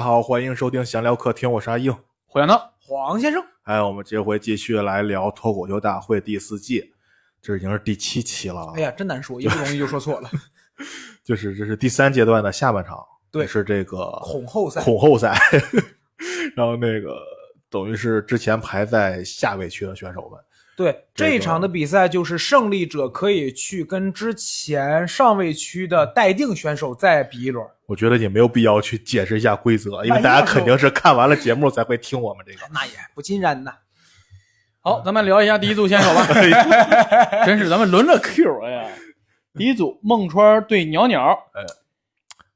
好，欢迎收听闲聊客厅，我是阿硬。胡杨道，黄先生，哎，我们这回继续来聊脱口秀大会第四季，这已经是第七期了啊。哎呀，真难说，一不容易就说错了。就是这是第三阶段的下半场，对也是这个恐后赛，恐后赛， 然后那个等于是之前排在下位区的选手们，对这个这一场的比赛，就是胜利者可以去跟之前上位区的待定选手再比一轮。我觉得也没有必要去解释一下规则，哎因为大家肯定是看完了节目才会听我们这个。那也不尽然呐。 好，咱们聊一下第一组选手 吧。哎 真是咱们轮着 Q 哎呀。第一组孟川对鸟鸟，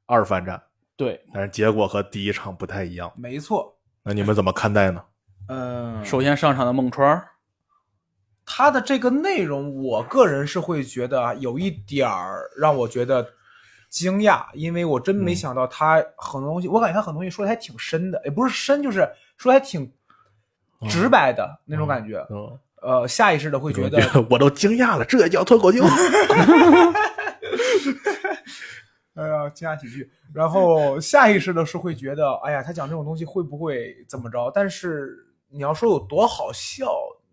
二番战，对，但是结果和第一场不太一样，没错，那你们怎么看待呢？嗯，首先上场的孟川，他的这个内容，我个人是会觉得啊有一点儿让我觉得惊讶，因为我真没想到他很多东西，我感觉他很多东西说的还挺深的，也不是深，就是说得还挺直白的、那种感觉。嗯，呃，下意识的会觉得我都惊讶了，这也叫脱口秀？哎呀，惊讶喜剧。然后下意识的是会觉得，哎呀，他讲这种东西会不会怎么着？但是你要说有多好笑，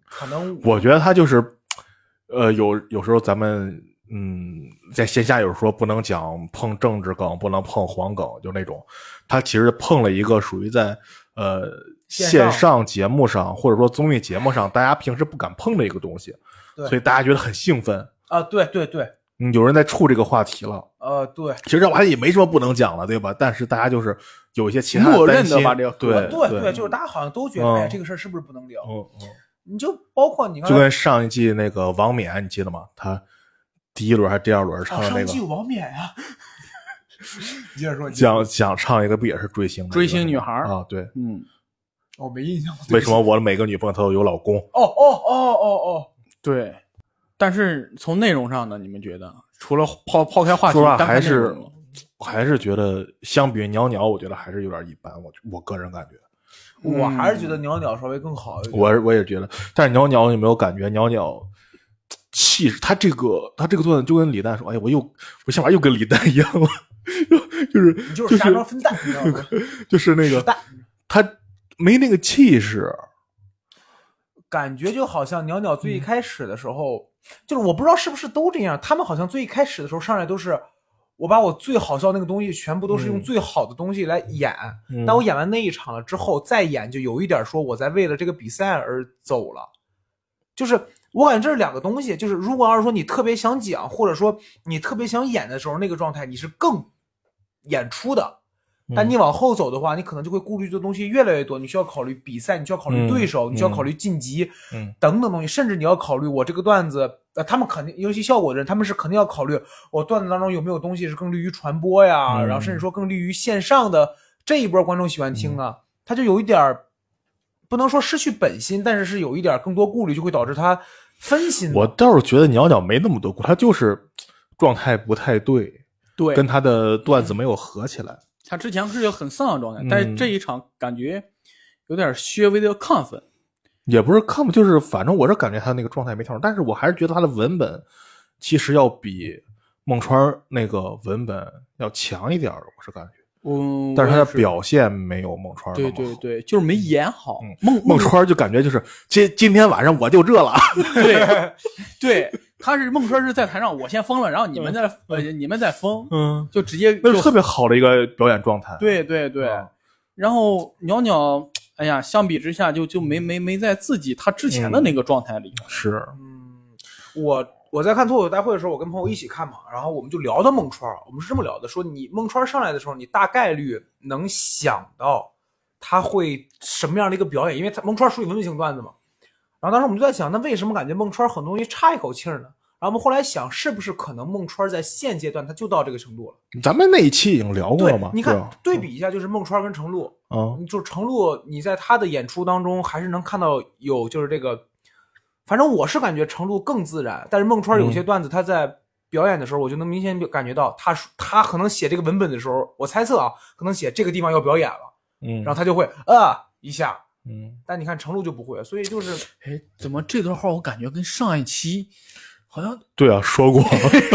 可能我觉得他就是，呃，有有时候咱们嗯，在线下有时候不能讲碰政治梗，不能碰黄梗，就那种，他其实碰了一个属于在呃线线上上节目上或者说综艺节目上大家平时不敢碰的一个东西，对所以大家觉得很兴奋。啊，对对对，嗯，有人在触这个话题了，呃，对，其实这玩意儿也没什么不能讲了，对吧？但是大家就是有一些其他默认担心地把这个对呃对对就是大家好像都觉得，嗯哎呀，这个事儿是不是不能聊？嗯嗯。你就包括你刚就才跟上一季那个王冕，你记得吗？他第一轮还是第二轮唱啊，的上那一季有个，王冕呀， 你接着说，你接着说想想唱一个不也是追星的追星女孩儿啊？对，嗯，我哦没印象，对为不什起？么我每个女朋友她都有老公？哦哦哦哦哦，对。但是从内容上呢，你们觉得除了抛抛开话题，说实话单看还内是容还是觉得相比于袅袅，我觉得还是有点一般。我我个人感觉，我还是觉得鸟鸟稍微更好一嗯点。我是我也觉得，但是袅袅有没有感觉袅袅？气势，他这个他这个段子就跟李诞说：“哎，我又我想法又跟李诞一样了， 就是你就是瞎装分蛋，你知道吗？就是 那个蛋，他没那个气势，感觉就好像鸟鸟最一开始的时候，就是我不知道是不是都这样，他们好像最一开始的时候上来都是，我把我最好笑那个东西全部都是用嗯最好的东西来演。嗯当我演完那一场了之后，再演就有一点说我在为了这个比赛而走了，就是。我感觉这是两个东西，就是如果要是说你特别想讲，或者说你特别想演的时候，那个状态你是更演出的，嗯但你往后走的话，你可能就会顾虑的东西越来越多，你需要考虑比赛，你需要考虑对手，嗯你需要考虑晋级、嗯等等东西，甚至你要考虑我这个段子，呃，他们肯定，尤其效果的人，他们是肯定要考虑我段子当中有没有东西是更利于传播呀，嗯然后甚至说更利于线上的这一波观众喜欢听啊，他就有一点儿不能说失去本心，但是是有一点儿更多顾虑，就会导致他分心了。我倒是觉得鸟鸟没那么多故，他就是状态不太对，对跟他的段子没有合起来。他之前是一个很丧的状态，嗯但是这一场感觉有点稍微的亢奋。也不是看不，就是反正我是感觉他那个状态没调整，但是我还是觉得他的文本其实要比孟川儿那个文本要强一点儿，我是感觉，嗯，但是他我的也表现没有孟川儿那对么好。对对，就是没演好嗯。孟孟川儿就感觉就是今今天晚上我就这了，对 对，他是孟川是在台上，我先疯了，然后你们再呃你们再疯，嗯，就直接 那是就特别好的一个表演状态。，对对对，嗯然后袅袅，哎呀，相比之下就就没没没在自己他之前的那个状态里。是，嗯，我我在看脱口秀大会的时候，我跟朋友一起看嘛，然后我们就聊到孟川儿，我们是这么聊的，说你孟川儿上来的时候，你大概率能想到他会什么样的一个表演，因为他孟川儿属于文本性段子嘛。然后当时我们就在想，那为什么感觉孟川儿很多东西差一口气儿呢？然后我们后来想，是不是可能孟川儿在现阶段他就到这个程度了？咱们那一期已经聊过对了嘛，，啊嗯你看吧对比一下，就是孟川儿跟程璐，嗯，就程璐，你在他的演出当中还是能看到有就是这个，反正我是感觉程璐更自然，但是孟川有嗯些段子他在表演的时候，我就能明显感觉到他他可能写这个文本的时候，我猜测啊，可能写这个地方要表演了，嗯，然后他就会啊一下，嗯，但你看程璐就不会，所以就是哎，怎么这段话我感觉跟上一期好像 对啊，说过。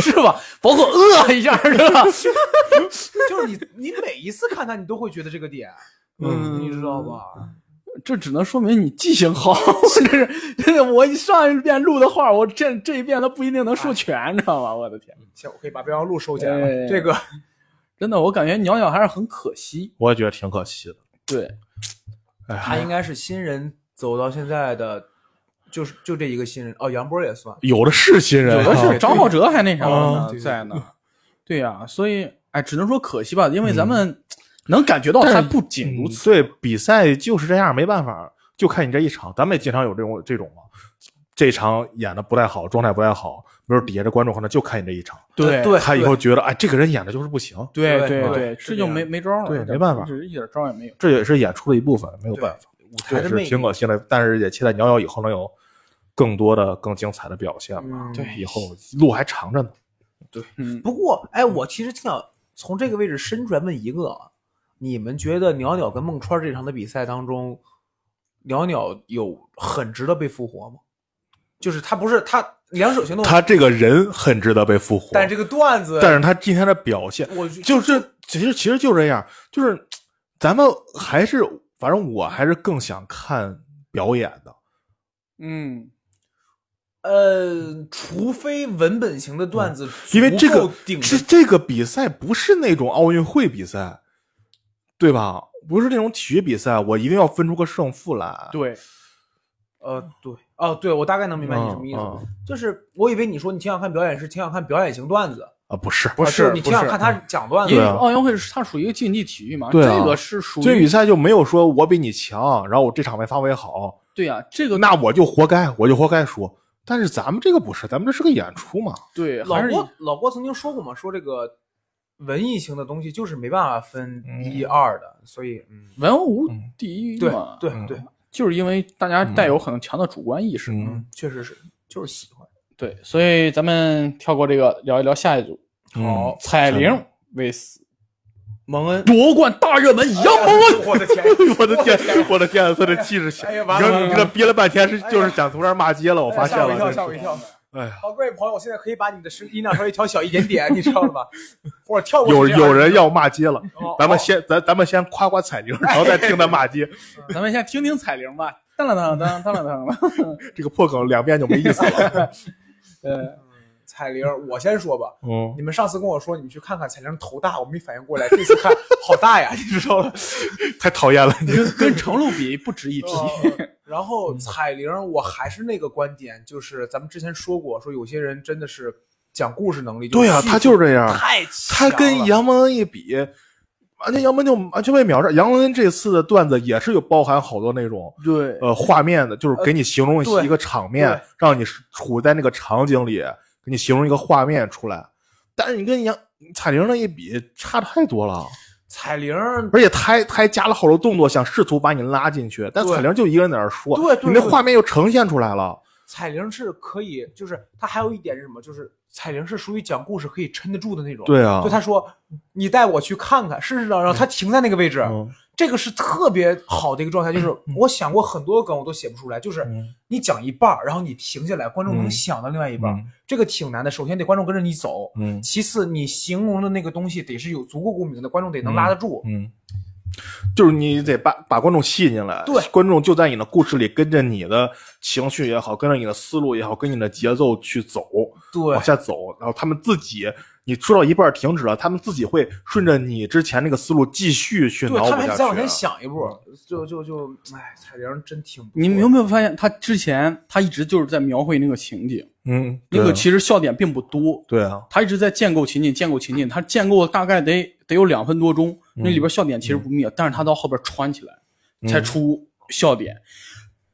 是吧？包括呃一下是吧？ 就是你你每一次看他，你都会觉得这个点，嗯你知道吧？这只能说明你记性好，这是这是我上一遍录的话，我这这一遍都不一定能说全，你知道吗？我的天，行，我可以把备忘录收起来了。哎这个真的，我感觉鸟鸟还是很可惜。我也觉得挺可惜的。对，他哎，应该是新人走到现在的，就是就这一个新人哦，杨波也算。有的是新人有啊，的对是张浩哲还那啥啊呢，对在呢。对呀、所以哎，只能说可惜吧，因为咱们能感觉到但他是不仅如嗯此。对，比赛就是这样，没办法，就看你这一场。咱们也经常有这种这种嘛，这场演的不太好，状态不太好，没准底下这观众可能就看你这一场，对对他以后觉得哎，这个人演的就是不行，对对对对，是这这就样没没招了，对没办法这一点招也没有。这也是演出的一部分，没有办法，舞台确的实魅挺力。可惜的。但是也期待瑶瑶以后能有更多的、更精彩的表现吧。嗯对以后路还长着呢。嗯，不过，哎，我其实挺想从这个位置伸出来问一个啊，你们觉得鸟鸟跟孟川这场的比赛当中，鸟鸟有很值得被复活吗？就是他不是他两手行动，他这个人很值得被复活，但这个段子，但是他今天的表现，我就是其实其实就这样，就是咱们还是反正我还是更想看表演的，嗯，呃，除非文本型的段子足嗯因够为这个顶着，这这个比赛不是那种奥运会比赛，对吧？不是那种体育比赛，我一定要分出个胜负来。对，呃，对，哦，对，我大概能明白你什么意思，嗯就是我以为你说你挺想看表演，是挺想看表演型段子，啊，不是，不啊是就是你不挺想是看他讲段子因为对啊奥运会是它属于一个竞技体育嘛，对啊这个是属这于比赛就没有说我比你强，然后我这场没发挥好，对呀、这个那我就活该，我就活该输。但是咱们这个不是，咱们这是个演出嘛。对老还是郭老郭曾经说过嘛，说这个文艺型的东西就是没办法分嗯一二的，所以嗯，文无嗯第一对嘛，对嗯对，就是因为大家带有很强的主观意识，嗯嗯，确实是，就是喜欢。对，所以咱们跳过这个，聊一聊下一组。嗯好，彩下一铃组为死蒙恩，夺冠大热门杨蒙恩， 我的天我的天，我的天，啊他这气势强！哎呀你完了说你完这了哎憋了半天是就是想从这儿骂街 了，我发现吓我一跳，了。吓我真一是跳！哎呀，好，各位朋友，我现在可以把你的声音量稍微调小一点点，你知道了吧？或者跳过有去这样有人要骂街了，哦咱们哦先咱咱们先夸夸彩铃，然后再听他骂 街。 咱们先听听彩铃吧。当啷当啷当啷当啷，这个破梗两遍就没意思 了。呃，彩铃，我先说吧。嗯，你们上次跟我说你们去看看彩铃头大，我没反应过来，这次看好大呀，你知道吗？太讨厌了你。跟跟程璐比不值一提。呃然后嗯彩铃，我还是那个观点，就是咱们之前说过，说有些人真的是讲故事能力，对呀，是他就是这样。太他跟杨杨蒙恩一比，完全杨蒙就完全被秒杀。杨蒙恩这次的段子也是有包含好多那种 对，呃画面的，就是给你形容对一个场面，对让你处在那个场景里，给你形容一个画面出来。但是你跟杨彩铃那一比，差太多了，彩铃，而且他还他还加了好多动作，想试图把你拉进去，但对彩铃就一个人在那儿说，对你对那对画面又呈现出来了。彩铃是可以，就是他还有一点是什么，就是彩铃是属于讲故事可以撑得住的那种。对啊就他说你带我去看看，试试让让他停在那个位置，嗯这个是特别好的一个状态。就是我想过很多梗我都写不出来，就是嗯你讲一半儿，然后你停下来，观众能嗯想到另外一半儿，嗯这个挺难的。首先得观众跟着你走，嗯其次你形容的那个东西得是有足够共鸣的，观众得能拉得住。嗯，就是你得把把观众吸引进来，对观众就在你的故事里跟着你的情绪也好，跟着你的思路也好，跟你的节奏去走，对往，下走，然后他们自己。你说到一半停止了，他们自己会顺着你之前那个思路继续去对脑他补们还下去。得啊再往前想一步，就就就，哎，彩铃真挺不错的。你们有没有发现，他之前他一直就是在描绘那个情景，嗯，那个对啊其实笑点并不多，对啊，他一直在建构情景，建构情景，他建构了大概得得有两分多钟，那里边笑点其实不密，但是他到后边穿起来嗯才出笑点，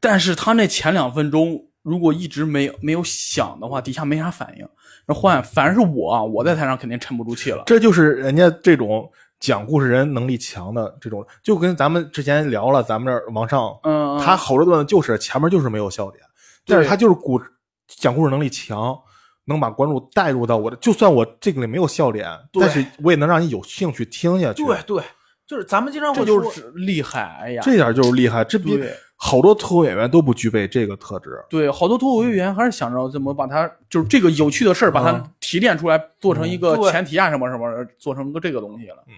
但是他那前两分钟如果一直没有没有响的话，底下没啥反应。那换反正是我啊，我在台上肯定沉不住气了。这就是人家这种讲故事人能力强的这种，就跟咱们之前聊了，咱们这儿王上嗯，他好多段子就是前面就是没有笑点，对但是他就是故讲故事能力强，能把观众带入到我的。就算我这个里没有笑点，对但是我也能让你有兴趣听下去。啊对对，就是咱们经常这会就说，是厉害，哎呀，这点就是厉害，这比对好多脱口演员都不具备这个特质。对，好多脱口秀演员还是想着怎么把它，就是这个有趣的事儿，把它嗯提炼出来，做成一个嗯对前提啊，什么什么，做成个这个东西了。嗯，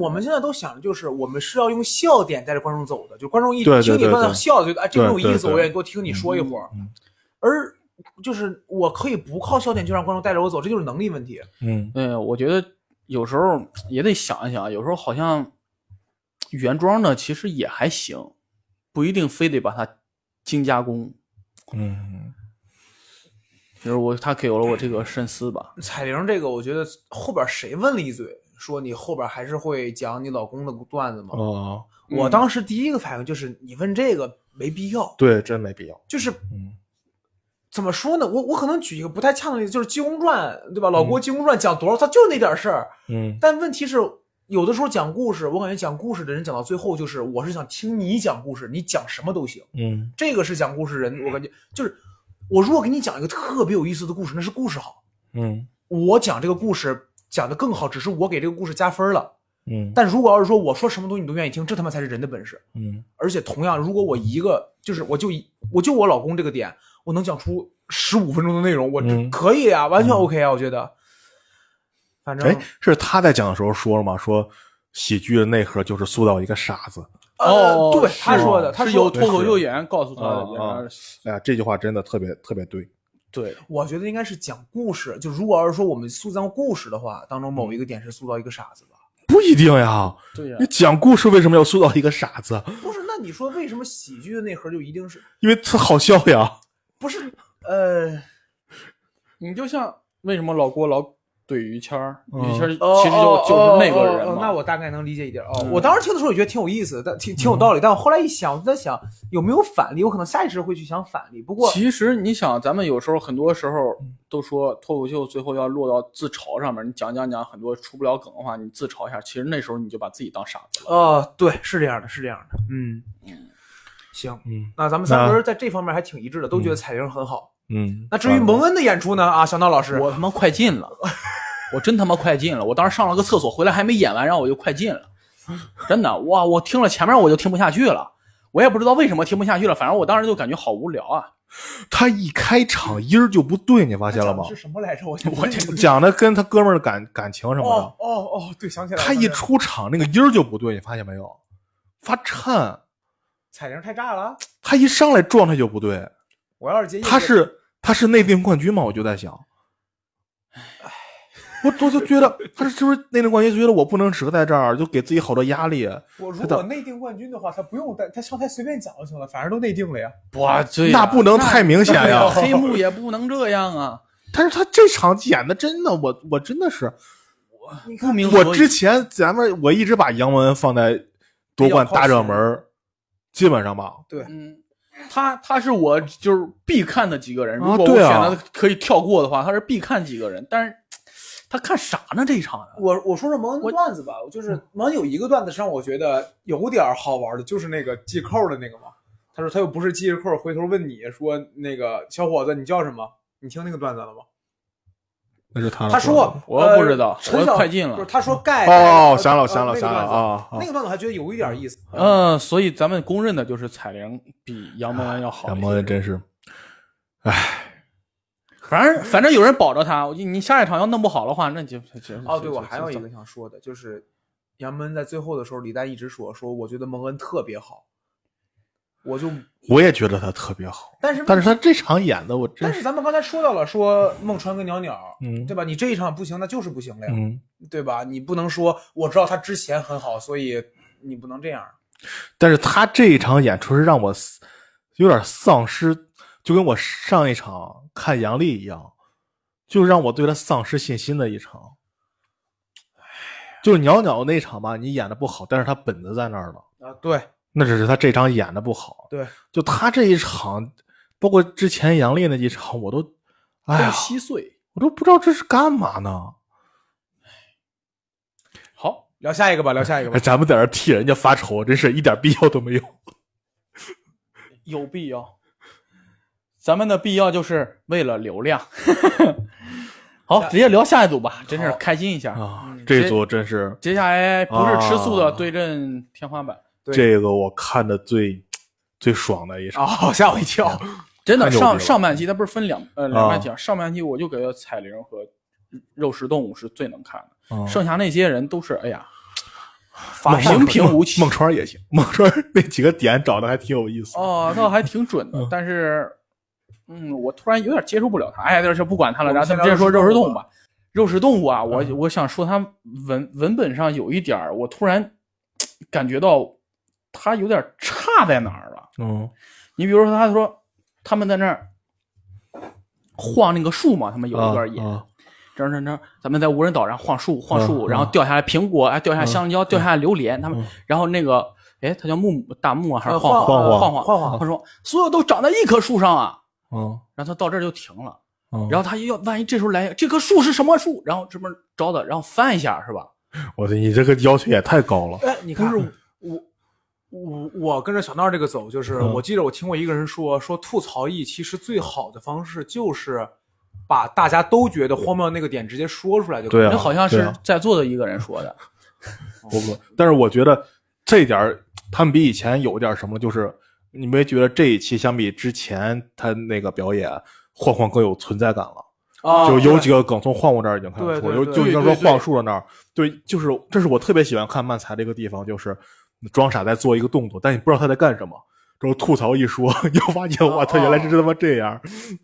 我们现在都想的就是，我们是要用笑点带着观众走的，就观众一对对听你对段子对笑，就觉得哎，这个有意思，对对嗯我愿意多听你说一会儿。而就是我可以不靠笑点就让观众带着我走，这就是能力问题。嗯，对，我觉得有时候也得想一想，有时候好像原装的其实也还行，不一定非得把它精加工。嗯，比如我，他给了我这个深思吧，彩铃这个，我觉得后边谁问了一嘴，说你后边还是会讲你老公的段子吗？哦，我嗯当时第一个反应就是，你问这个没必要，对，真没必要。就是嗯，怎么说呢？我我可能举一个不太恰当的例子，就是《济公传》，对吧？老郭《济公传》讲多少，他就是那点事儿。嗯，但问题是，有的时候讲故事，我感觉讲故事的人讲到最后就是，我是想听你讲故事，你讲什么都行。嗯，这个是讲故事人，我感觉就是，我如果给你讲一个特别有意思的故事，那是故事好。嗯，我讲这个故事讲的更好，只是我给这个故事加分了。嗯，但如果要是说我说什么东西你都愿意听，这他妈才是人的本事。嗯，而且同样，如果我一个就是我就一我就我老公这个点，我能讲出十五分钟的内容，我这嗯可以啊，完全 OK 啊，我觉得。反正哎，是他在讲的时候说了吗？说喜剧的内核就是塑造一个傻子。呃，对哦是他说的，他是嗯说由的脱口秀演员告诉他的啊，然啊而哎呀，这句话真的特别特别对。对，我觉得应该是讲故事。就如果要是说我们塑造故事的话，当中某一个点是塑造一个傻子吧？不一定呀，对呀、你讲故事为什么要塑造一个傻子？不是，那你说为什么喜剧的内核就一定是因为他好笑呀。不是？呃，你就像为什么老郭老怼于谦儿，嗯于谦儿哦其实就哦就是那个人哦哦哦嘛。那我大概能理解一点哦。嗯我当时听的时候也觉得挺有意思，但挺挺有道理。但我后来一想，我在想有没有反例，我可能下意识会去想反例。不过，其实你想，咱们有时候很多时候都说脱口秀最后要落到自嘲上面，你讲讲讲很多出不了梗的话，你自嘲一下，其实那时候你就把自己当傻子了。呃，对，是这样的，是这样的。嗯行，嗯那咱们三个人在这方面还挺一致的，都觉得彩铃很好。嗯，那至于蒙恩的演出呢？啊，小闹老师，我他妈快进了，我真他妈快进了！我当时上了个厕所，回来还没演完，然后我就快进了，真的哇！我听了前面我就听不下去了，我也不知道为什么听不下去了，反正我当时就感觉好无聊啊！他一开场音儿就不对，你发现了吗讲的？是什么来着？我我我这讲的跟他哥们儿的感感情什么的。哦哦哦，对，想起来了，他一想起来了出场那个音儿就不对，你发现没有？发颤，彩铃太炸了，啊他一上来状态就不对。我要是接他是他是内定冠军吗？我就在 想，我我就觉得他是不是内定冠军？觉得我不能折在这儿，就给自己好多压力。我如他果的内定冠军的话，他不用带他上台随便讲就行了，反正都内定了呀。哇，这那不能太明显呀、黑幕也不能这样啊！但是他这场演的真的，我我真的是，你看不明所我以之前咱们我一直把杨文放在夺冠大热门儿，基本上吧。嗯，他他是我就是必看的几个人，啊如果我对选啊择可以跳过的话，他是必看几个人，但是他看啥呢这一场啊呢？我我说说蒙恩的段子吧，就是嗯蒙恩有一个段子是让我觉得有点好玩的，就是那个系扣的那个嘛。他说他又不是系着扣，回头问你说那个小伙子你叫什么？你听那个段子了吗？那是他他说嗯我呃不知道陈我小快进了不是他说盖哦呃想了呃想了那个想了段子啊啊嗯那个段子我还觉得有一点意思。呃，所以咱们公认的就是彩铃比杨蒙恩要好一些。杨蒙恩真是，反正反正有人保着他，我就你下一场要弄不好的话，那就就哦，对，我还有一个想说的，就是杨门在最后的时候，李诞一直说说，我觉得蒙恩特别好，我就我也觉得他特别好，但是但是他这场演的我真但是咱们刚才说到了，说孟川跟鸟鸟，嗯对吧？你这一场不行，那就是不行了呀，嗯，对吧？你不能说我知道他之前很好，所以你不能这样。但是他这一场演出是让我丧有点丧失，就跟我上一场看杨笠一样，就让我对他丧失信心的一场。就是袅袅那场吧，你演的不好，但是他本子在那儿了，啊，对那只是他这场演的不好。对，就他这一场，包括之前杨笠那几场，我都，哎呀东，稀碎。我都不知道这是干嘛呢。好，聊下一个吧，聊下一个吧 哎，。咱们在这替人家发愁，真是一点必要都没有。有必要。咱们的必要就是为了流量。 好，直接聊下一组吧，真是好开心一下。啊嗯，这这组真是接下来不是吃素的啊对阵天花板，对这个我看的最最爽的一场。哦，吓我一跳！真的太牛逼上了上半期它不是分两呃两半期啊，上半期我就觉得彩铃和肉食动物是最能看的，嗯剩下那些人都是哎呀，发孟散平平无奇孟川也行，孟川那几个点找的还挺有意思。哦，倒还挺准的，但是，嗯，我突然有点接受不了他。哎，但是不管他了，我然们后咱先们接着说肉聊食肉食动动物物吧。肉食动物啊，我我想说它文文本上有一点儿，我突然感觉到它有点差在哪儿了。嗯你比如说，他说他们在那儿晃那个树嘛，他们有一段演，啊这儿这儿这儿，咱们在无人岛上晃树晃树，嗯然后掉下来苹果，哎，掉下来香蕉，掉下来榴莲，他们，嗯然后那个，哎，他叫木木大木啊，还是呃晃晃晃晃晃晃晃他说所有都长在一棵树上啊，嗯然后他到这儿就停了，嗯，然后他要万一这时候来这棵树是什么树，然后这边招的，然后翻一下是吧？我的你这个要求也太高 了。哎，你看，我我我跟着小闹这个走，就是、嗯我记得我听过一个人说，说吐槽艺其实最好的方式就是把大家都觉得荒谬的那个点直接说出来就可以对啊那好像对是啊在座的一个人 说的，我不，但是我觉得这一点儿他们比以前有点什么，就是你没觉得这一期相比之前他那个表演，晃晃更有存在感了？啊就有对几个梗从晃晃这儿已经看得对出，对有对就对你要哦对说对晃树的那儿，对，就是这是我特别喜欢看漫才的一个地方，就是装傻在做一个动作，但你不知道他在干什么。之后吐槽一说， 你就发现哇，他原来是他妈这样，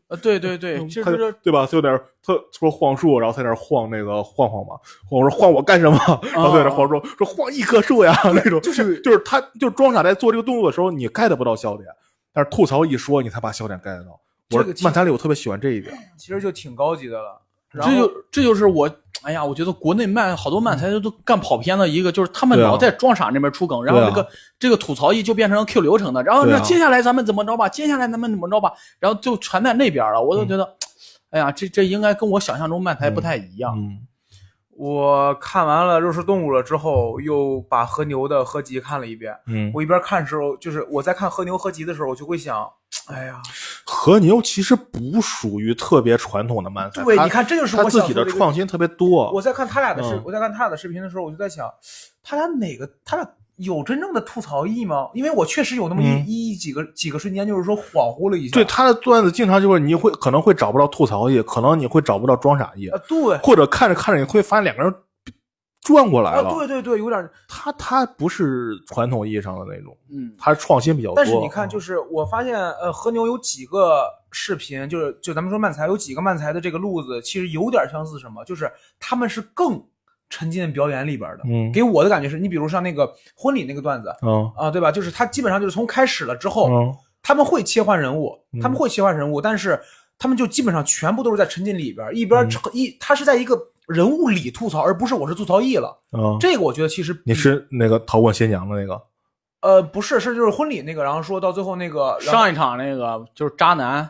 呃，对对对，嗯其实他就是就对吧？他有点他说晃树，然后他在那儿晃那个晃晃嘛，晃我说晃我干什么？ 然后他在那儿晃说说晃一棵树呀，那种就是就是他就装傻在做这个动作的时候，你 get 不到笑点，但是吐槽一说，你才把笑点 get 到。我这个其实漫才里我特别喜欢这一点，其实就挺高级的了。然这后就这就是我，哎呀，我觉得国内漫好多漫才都干跑偏的一个，就是他们对啊老在装傻那边出梗，然后对啊这个、这个吐槽一就变成 Q 流程的，然后那对啊接下来咱们怎么着吧？接下来咱们怎么着吧？然后就传在那边了，我就觉得，哎呀，这这应该跟我想象中漫才不太一样。嗯嗯，我看完了《肉食动物》了之后，又把和牛的合集看了一遍。嗯我一边看的时候，就是我在看和牛合集的时候，我就会想，哎呀，和牛其实不属于特别传统的漫才，对，它你看，这就是他我自想己说的一个创新特别多。我在看他俩的视，嗯我在看他俩的视频的时候，我就在想，他俩哪个他俩有真正的吐槽意吗？因为我确实有那么一、嗯一几个几个瞬间，就是说恍惚了一下。对他的段子，经常就是你会可能会找不到吐槽意，可能你会找不到装傻意啊，，对，或者看着看着你会发现两个人转过来啊，了。对对对，有点。他他不是传统意义上的那种，嗯，他创新比较多。啊但是你看，就是是我发现，呃，和牛有几个视频，就是就咱们说漫才有几个漫才的这个路子，其实有点相似什么，就是他们是更沉浸表演里边的。嗯给我的感觉是，你比如像那个婚礼那个段子嗯啊、对吧？就是他基本上就是从开始了之后，嗯他们会切换人物，嗯他们会切换人物，但是他们就基本上全部都是在沉浸里边儿，一嗯边儿扯一他是在一个人物里吐槽，而不是我是吐槽艺了。嗯，这个我觉得其实你是那个逃过新娘的那个，呃不是是就是婚礼那个，然后说到最后那个然后上一场那个就是渣男，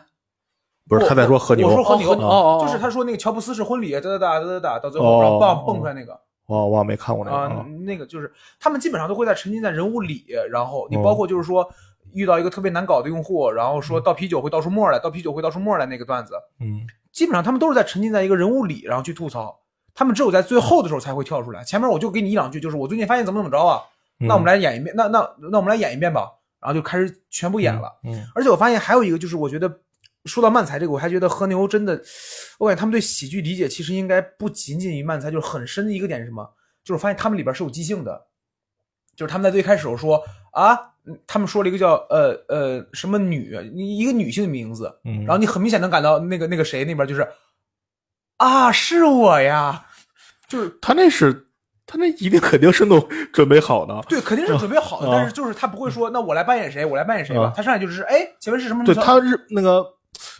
不是他在说和牛我说和哦和牛哦哦哦就是他说那个乔布斯是婚礼，哒哒哒哒哒哒，到最哦后然后哦棒蹦出来那个哦，我好像没看过那个啊啊，那个就是他们基本上都会在沉浸在人物里，然后你哦包括就是说遇到一个特别难搞的用户，然后说倒啤酒会倒出沫儿来，倒啤酒会倒出沫儿来那个段子，嗯基本上他们都是在沉浸在一个人物里，然后去吐槽。他们只有在最后的时候才会跳出来，前面我就给你一两句，就是我最近发现怎么怎么着啊，嗯那我们来演一遍，那那那我们来演一遍吧，然后就开始全部演了。嗯而且我发现还有一个就是，我觉得说到漫才这个，我还觉得和牛真的，我感觉他们对喜剧理解其实应该不仅仅于漫才，就是很深的一个点是什么？就是我发现他们里边是有即兴的，就是他们在最开始我说啊，嗯他们说了一个叫呃呃什么女，你一个女性的名字，嗯，然后你很明显能感到那个那个谁那边就是啊，是我呀，就是他那是他那一定肯定是弄 准备好的，对，肯定是准备好的，啊但是就是他不会说那我来扮演谁，我来扮演谁吧，啊他上来就是哎，前面是什么什对么他日那个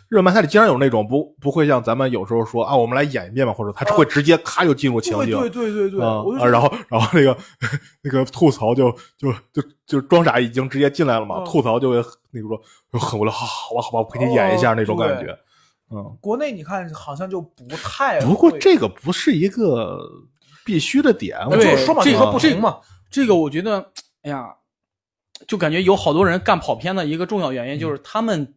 日本漫才里经常有那种不不会像咱们有时候说啊，我们来演一遍吧，或者他会直接咔就进入情啊对景。对对对对，啊我就啊，觉得然后然后那个 那个吐槽就就就就装傻已经直接进来了嘛，嗯吐槽就会那个说就很无聊，好好吧好吧，我陪你演一下哦那种对感觉。嗯，国内你看好像就不太会，不过这个不是一个必须的点，我就对是说嘛，这就个说不行嘛，这个我觉得，哎呀，就感觉有好多人干跑偏的一个重要原嗯因就是他们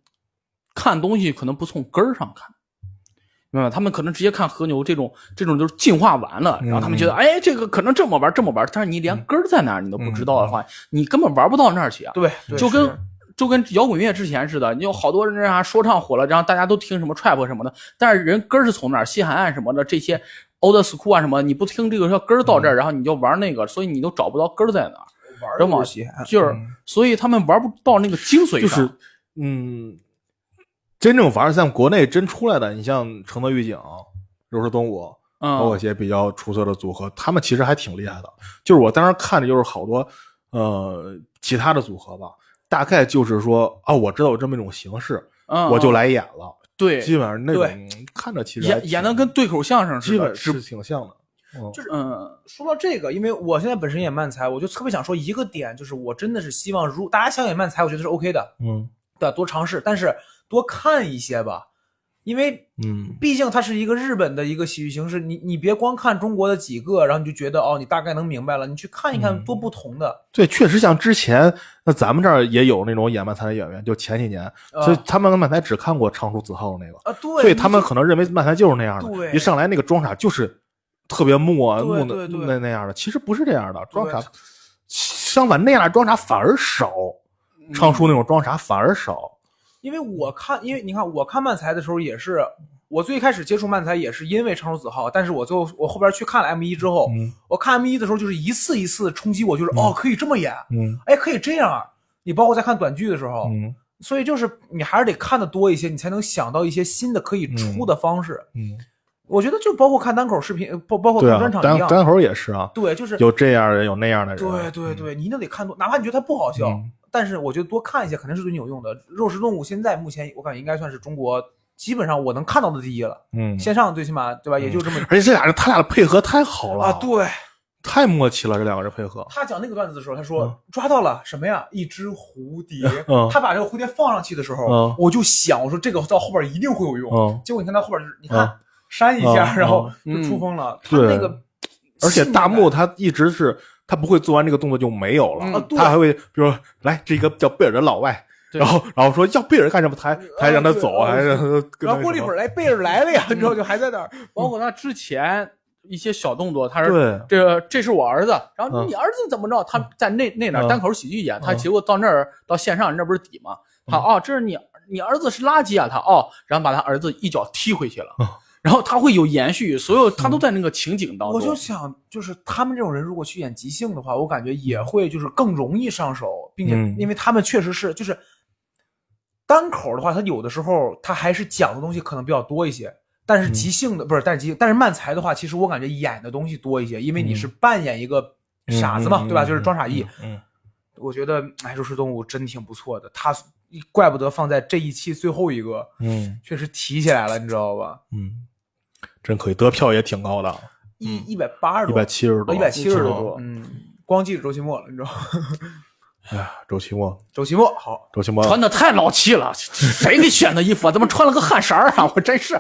看东西可能不从根儿上看，明白吧？他们可能直接看和牛这种，这种就是进化完了，嗯然后他们觉得，哎，这个可能这么玩这么玩，但是你嗯连根儿在哪儿你都不知道的话，你根本玩不到那儿去啊。对，嗯对就是跟就跟摇滚乐之前似的，你有好多人啊，说唱火了，然后大家都听什么 trap 什么的，但是人根儿是从哪儿，西海岸什么的这些 old school 啊什么，你不听这个要根儿到嗯这儿，然后你就玩那个，所以你都找不到根儿在哪儿。玩真往游戏，哎就是，所以他们玩不到那个精髓上。嗯就是嗯，真正反而在国内真出来的，你像《承德预警》《柔术东武》，包括一嗯，些比较出色的组合，他们其实还挺厉害的。就是我当时看着就是好多呃其他的组合吧，大概就是说啊，我知道有这么一种形式，嗯我就来演了。对基本上那对种看着其实还演挺演的跟对口相声似基的，本只是挺像的。嗯就是嗯说到这个，因为我现在本身也漫才，我就特别想说一个点，就是我真的是希望，如大家想演漫才，我觉得是 OK 的，嗯对吧？多尝试，但是多看一些吧，因为嗯毕竟它是一个日本的一个喜剧形式，你你别光看中国的几个，然后你就觉得哦，你大概能明白了，你去看一看嗯多不同的，对，确实像之前，那咱们这儿也有那种演漫才的演员，就前几年，啊所以他们漫才只看过长出子浩那个，啊，对，所以他们你可能认为漫才就是那样对的，一上来那个装傻就是特别木啊对木的对对那那样的，其实不是这样的，装对傻相反那样的装傻反而少，嗯唱出那种装傻反而少，因为我看，因为你看，我看漫才的时候也是，我最开始接触漫才也是因为长手子浩，但是我最后我后边去看了 M 一之后，嗯我看 M 一的时候就是一次一次冲击我，就是、哦，可以这么演，嗯哎，可以这样啊。你包括在看短剧的时候，嗯所以就是你还是得看的多一些，你才能想到一些新的可以出的方式。嗯，我觉得就包括看单口视频，呃包包括对看啊专，场单一样，单口也是啊，对，就是有这样的有那样的人，啊对对对，你一定得看多，哪怕你觉得它不好笑，嗯但是我觉得多看一些肯定是对你有用的。肉食动物现在目前我感觉应该算是中国基本上我能看到的第一了，嗯，线上最起码对吧？也就这么、而且这俩人他俩的配合太好了啊，对。太默契了，这两个人配合，他讲那个段子的时候，他说、嗯抓到了什么呀？一只蝴蝶。嗯他把这个蝴蝶放上去的时候，嗯我就想，我说这个到后边一定会有用。嗯，结果你看他后边就是，你看、嗯扇一下，嗯然后就嗯出风了。他对那个，而且大木他他一直是他不会做完这个动作就没有了，嗯啊，对他还会比如说来这个叫贝尔的老外，对然后然后说要贝尔干什么，他还他还让他对走，哦还让他跟他然后过了一会儿儿，哎，贝尔来了呀，嗯你知道就还在那儿。包括他之前一些小动作，他是对，这这是我儿子，然后嗯你儿子怎么着？他在那那哪嗯儿单口喜剧演，他嗯结果到那儿到线上，那不是底吗？他哦，这是你你儿子是垃圾啊，他哦，然后把他儿子一脚踢回去了嗯， 然后他会有延续，所有他都在那个情景当中。我就想，就是他们这种人如果去演即兴的话，我感觉也会就是更容易上手，并且嗯因为他们确实是就是单口的话，他有的时候他还是讲的东西可能比较多一些。但是嗯即兴的、不是，但是即但是漫才的话，其实我感觉演的东西多一些，因为你嗯是扮演一个傻子嘛，嗯对吧？嗯就是装傻逼。嗯，嗯我觉得哎，肉食动物真挺不错的，他怪不得放在这一期最后一个，嗯确实提起来了，你知道吧？嗯，真可以，得票也挺高的，一一百八嗯十一多，哦百七十多，呃一百七十嗯多，嗯，光记着周奇墨了，你知道吗？ 哎呀，周奇墨，周奇墨好，周奇墨，穿的太老气了，谁给选的衣服啊？怎么穿了个汗衫儿啊？我真是，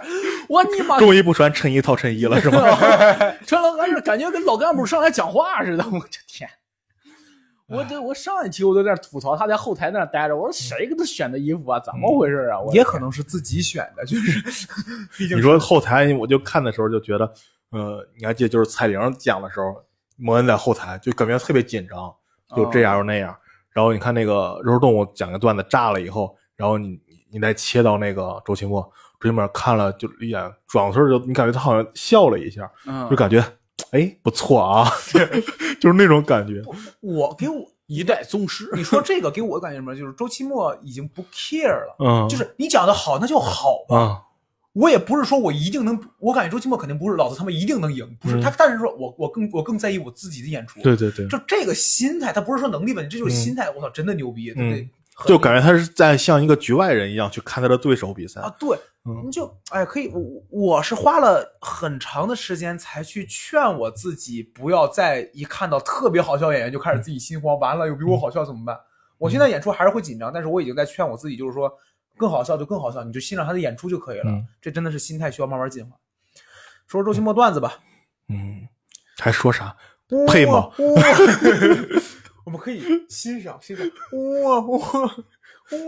我你妈终于不穿衬衣套衬衣了是吗？啊穿了汗衫儿，感觉跟老干部上来讲话似的。我的天！我这我上一期我都在那吐槽他在后台那儿待着，我说谁给他选的衣服啊？怎么回事啊？我也可能是自己选的，就是 毕竟 你说后台，我就看的时候就觉得，呃，你还记得就是彩玲讲的时候，莫恩在后台就感觉特别紧张，就嗯这哦样又那样。然后你看那个肉食动物讲个段子炸了以后，然后你你再切到那个周奇墨，周奇墨看了就一眼转身就你感觉他好像笑了一下，嗯就感觉哎不错啊， 就是那种感 觉。我给我一代宗师。你说这个给我的感觉什么？就是周奇墨已经不 care 了，嗯，就是你讲的好那就好吧，啊，我也不是说我一定能，我感觉周奇墨肯定不是老子他们一定能赢，不是嗯他，但是说我我更我更在意我自己的演出，对对对，就这个心态，他不是说能力问题，这就是心态，我操，真的牛逼，对不对嗯？很就感觉他是在像一个局外人一样去看他的对手比赛啊，。对，嗯你就哎，可以，我我是花了很长的时间才去劝我自己，不要再一看到特别好笑演员就嗯开始自己心慌，完了有比我好笑怎么办？我现在演出还是会紧张，但是我已经在劝我自己，就是说更好笑就更好笑，你就欣赏他的演出就可以了。嗯这真的是心态需要慢慢进化。说说周奇墨段子吧，嗯，还说啥？配吗哇？哇 我们可以欣赏欣赏，哇哇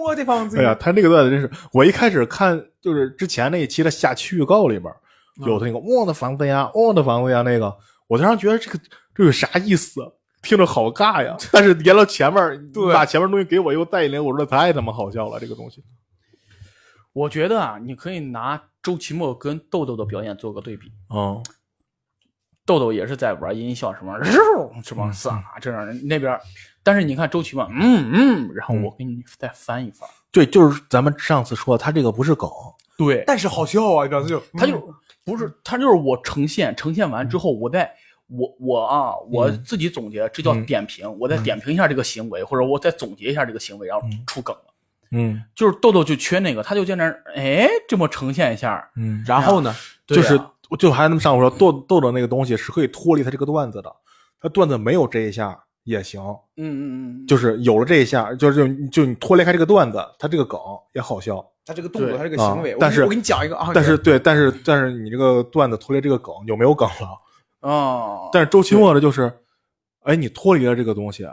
哇！这帮子，哎呀，他这个段子真是，我一开始看就是之前那一期的下期预告里边儿有那个我的房子呀，我的房子呀那个，我当时觉得这个这有啥意思？听着好尬呀！但是连到前面儿，你对把前面东西给我又带一连，我说太他妈好笑了，这个东西。我觉得啊，你可以拿周奇墨跟豆豆的表演做个对比。嗯豆豆也是在玩音效什么，肉什么撒这样的那边儿，但是你看周琦嘛，嗯嗯，然后我给你再翻一翻，对，就是咱们上次说的，他这个不是梗，对，但是好笑啊，你知道吗就他就嗯不是他就是我呈现呈现完之后，我再我我啊我自己总结，这叫嗯点评，我再点评一下这个行为，或者我再总结一下这个行为，然后嗯出梗了。嗯就是豆豆就缺那个，他就在那儿哎这么呈现一下，嗯，然后呢，对就啊是我就还那么上午说豆豆的那个东西是可以脱离他这个段子的，他段子没有这一下也行，嗯嗯嗯，就是有了这一下，就是就就你脱离开这个段子，他这个梗也好笑。他这个动作，对他这个啊行为，我但给你是我给你讲一哦个啊，但是对，但是但是你这个段子脱离这个梗就没有梗了。哦，但是周奇墨的就是，哎，你脱离了这个东西，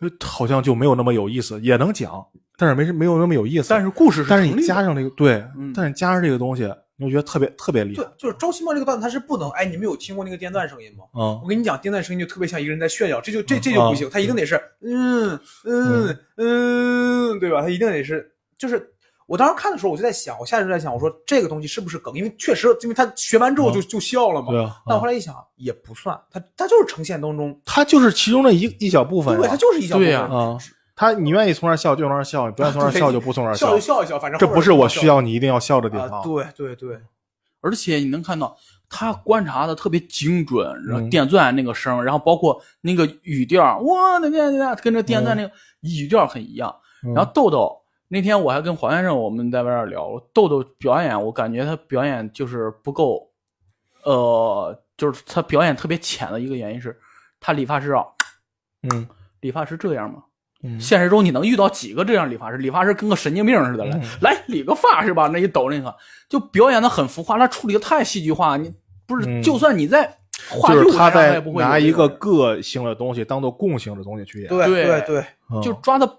呃好像就没有那么有意思，也能讲，但是没没有那么有意思。但是故事是但是成你立的加上这个对嗯，但是加上这个东西，你就觉得特别特别厉对害。，就是周奇墨这个段子他是不能，哎，你们有听过那个电钻声音吗？嗯我跟你讲，电钻声音就特别像一个人在炫耀，这就这这啊就不行，嗯他一定得是嗯嗯嗯，对吧？他一定得是，就是我当时看的时候，我就在想，我下意识在想，我说这个东西是不是梗？因为确实，因为他学完之后就就笑了嘛。嗯对啊哦但我后来一想，也不算，他他就是呈现当中，它就是其中的一一小部分对，啊呀他。就是一小部对分呀啊，他你愿意从那儿笑就从那儿笑，你不愿意从那儿笑就不从那儿笑就笑一笑，反正嗯这不是我需要要你一定要笑的地啊，方。对对对，而且你能看到他观察的特别精准，然后嗯电钻那个声儿，然后包括那个语调，哇，那那那跟着电钻那个语调很一样。嗯然后豆豆那天我还跟黄先生我们在外边聊，豆豆表演，我感觉他表演就是不够，呃，就是他表演特别浅的一个原因是，他理发师啊，嗯理发师这样吗？嗯现实中你能遇到几个这样理发师？理发师跟个神经病似的，嗯来、来理个发是吧？那一抖那个，就表演的很浮夸，他处理的太戏剧化，你不是？嗯就算你在话就剧舞是他台上，也在不会有拿这一个种个性的东西当做共性的东西去演，对对对对，嗯就抓的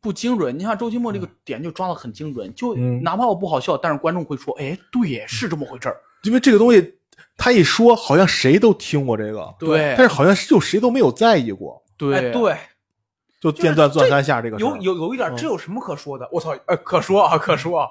不精准。你像周奇墨这个点就抓的很精准，就嗯哪怕我不好笑，但是观众会说，哎，对耶，是这么回事儿。因为这个东西他一说，好像谁都听过这个，对但是好像就谁都没有在意过，对、嗯哎对。就电钻钻三下这个事儿有有有一点，嗯这有什么可说的？我操，呃，可说啊，可说啊。